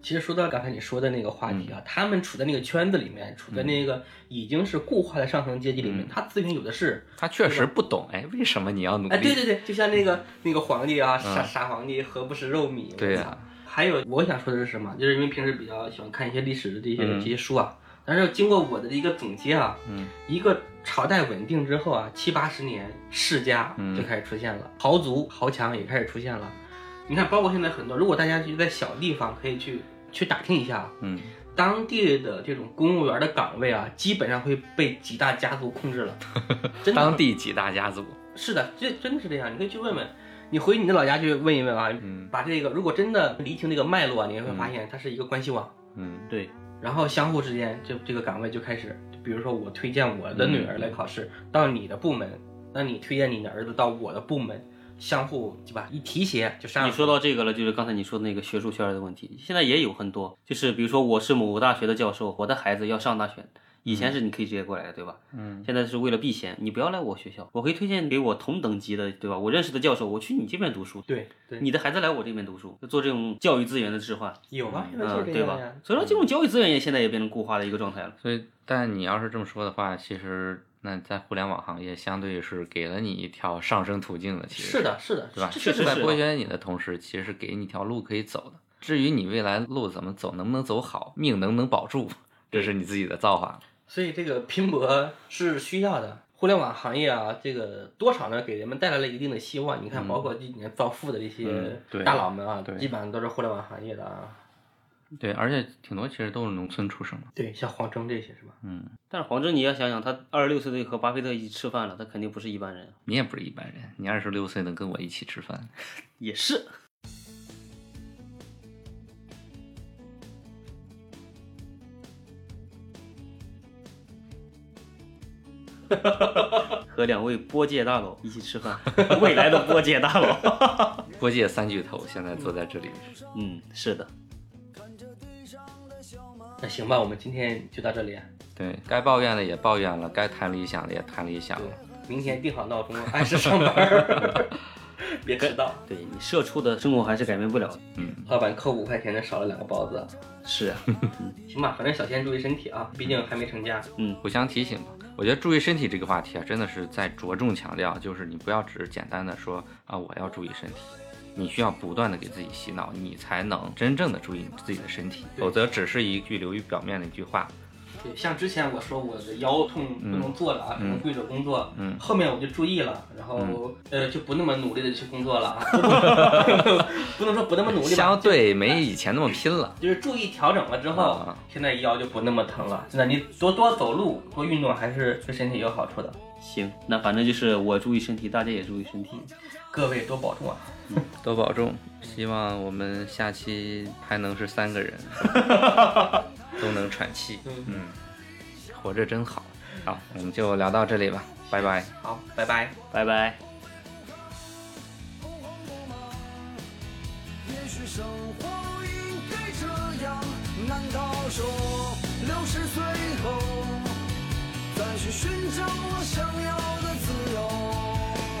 Speaker 3: 其实说到刚才你说的那个话题啊，他们处在那个圈子里面，处在那个已经是固化的上层阶级里面，他资源有的是。
Speaker 1: 他确实不懂，哎，为什么你要努力？
Speaker 3: 哎，对对对，就像那个那个皇帝啊，傻傻皇帝何不食肉糜？
Speaker 1: 嗯对
Speaker 3: 我
Speaker 1: 呀
Speaker 3: 操还有我想说的是什么？就是因为平时比较喜欢看一些历史的这些、这些书啊，但是经过我的一个总结啊，
Speaker 1: 嗯
Speaker 3: 一个朝代稳定之后啊，七八十年世家
Speaker 1: 嗯
Speaker 3: 就开始出现了，豪族豪强也开始出现了。你看，包括现在很多，如果大家去在小地方可以去去打听一下啊，
Speaker 1: 嗯，
Speaker 3: 当地的这种公务员的岗位啊，基本上会被几大家族控
Speaker 1: (laughs)
Speaker 3: 制了。真的
Speaker 1: 当地几大家族，
Speaker 3: 是的，这真的是这样，你可以去问问。你回你的老家去问一问啊，
Speaker 1: 嗯
Speaker 3: 把这个如果真的理清这个脉络啊，你会发现它是一个关系网，
Speaker 1: 嗯
Speaker 4: 对，
Speaker 3: 然后相互之间这这个岗位就开始，比如说我推荐我的女儿来考试、到你的部门，那你推荐你的儿子到我的部门，相互对吧？一提携就上了。
Speaker 4: 你说到这个了，就是刚才你说的那个学术圈的问题，现在也有很多，就是比如说我是某大学的教授，我的孩子要上大学，以
Speaker 3: 嗯
Speaker 4: 前是你可以直接过来的，对吧？嗯，现在是为了避嫌，你不要来我学校，我可以推荐给我同等级的，对吧？我认识的教授，我去你这边读书，
Speaker 3: 对对，
Speaker 4: 你的孩子来我这边读书，就做这种教育资源的置换，
Speaker 3: 有啊，现在就
Speaker 4: 嗯，
Speaker 3: 是这
Speaker 4: 对
Speaker 3: 样
Speaker 4: 吧
Speaker 3: 呀？。
Speaker 4: 所以说这种教育资源也现在也变成固化的一个状态了。
Speaker 1: 所以，但你要是这么说的话，其实那在互联网行业相对是给了你一条上升途径的，其实
Speaker 3: 是的，是的，
Speaker 1: 对吧？
Speaker 3: 这
Speaker 4: 确
Speaker 3: 确
Speaker 4: 实
Speaker 3: 实
Speaker 1: 在
Speaker 4: 是
Speaker 1: 剥削你的同时，其实是给你一条路可以走的。至于你未来路怎么走，能不能走好，命能不能保住，这是你自己的造化。
Speaker 3: 所以这个拼搏是需要的。互联网行业啊，这个多少呢，给人们带来了一定的希望。你看，包括今年造富的这些
Speaker 1: 嗯对
Speaker 3: 大佬们啊，
Speaker 1: 对
Speaker 3: 基本上都是互联网行业的啊。
Speaker 1: 对，而且挺多其实都是农村出生的。
Speaker 3: 对，像黄峥这些是吧？
Speaker 1: 嗯，
Speaker 4: 但是黄峥，你要想想，他二十六岁和巴菲特一起吃饭了，他肯定不是一般人。
Speaker 1: 你也不是一般人，你二十六岁能跟我一起吃饭，
Speaker 4: 也 (laughs) 是，和两位波界大佬一起吃饭， (laughs) 未来的波界大佬。
Speaker 1: 国界三巨头现在坐在这里。
Speaker 4: (laughs) 嗯，是的，
Speaker 3: 那行吧，我们今天就到这里啊。
Speaker 1: 对该抱怨的也抱怨了，该谈理想的也谈理想
Speaker 3: 对
Speaker 1: 了。，
Speaker 3: 明天定好闹钟，按时上班儿， (laughs) 别迟到。
Speaker 4: 对你社畜的生活还是改变不了的。
Speaker 3: 老板扣五块钱，那少了两个包子。
Speaker 4: 是啊，
Speaker 3: 行吧，反正小仙注意身体啊，毕竟还没成家。
Speaker 1: 互相提醒吧。我觉得注意身体这个话题啊，真的是在着重强调，就是你不要只是简单的说啊，我要注意身体，你需要不断的给自己洗脑，你才能真正的注意你自己的身体，
Speaker 3: 对
Speaker 1: 否则只是一句流于表面的一句话。
Speaker 3: 对，像之前我说我的腰痛不能坐了啊，只能跪着工作。
Speaker 1: 嗯
Speaker 3: 后面我就注意了，然后、呃就不那么努力的去工作了啊， (laughs) 不能说不那么努力吧
Speaker 1: 相，对没以前那么拼
Speaker 3: (laughs)
Speaker 1: 了，
Speaker 3: 就是注意调整了之后，
Speaker 1: 啊
Speaker 3: 现在腰就不那么疼了。真的，你多多走路，多运动，还是对身体有好处的。
Speaker 4: 行，那反正就是我注意身体，大家也注意身体。
Speaker 3: 各位多保重啊！
Speaker 1: 多保重。希望我们下期还能是三个人，都能喘气，嗯，活着真好。好，我们就聊到这里吧，拜拜。
Speaker 3: 好，拜拜。
Speaker 4: 拜拜。
Speaker 2: 红红火马，也许生活应该这样，难道说六十岁后再去寻找我想要的自由？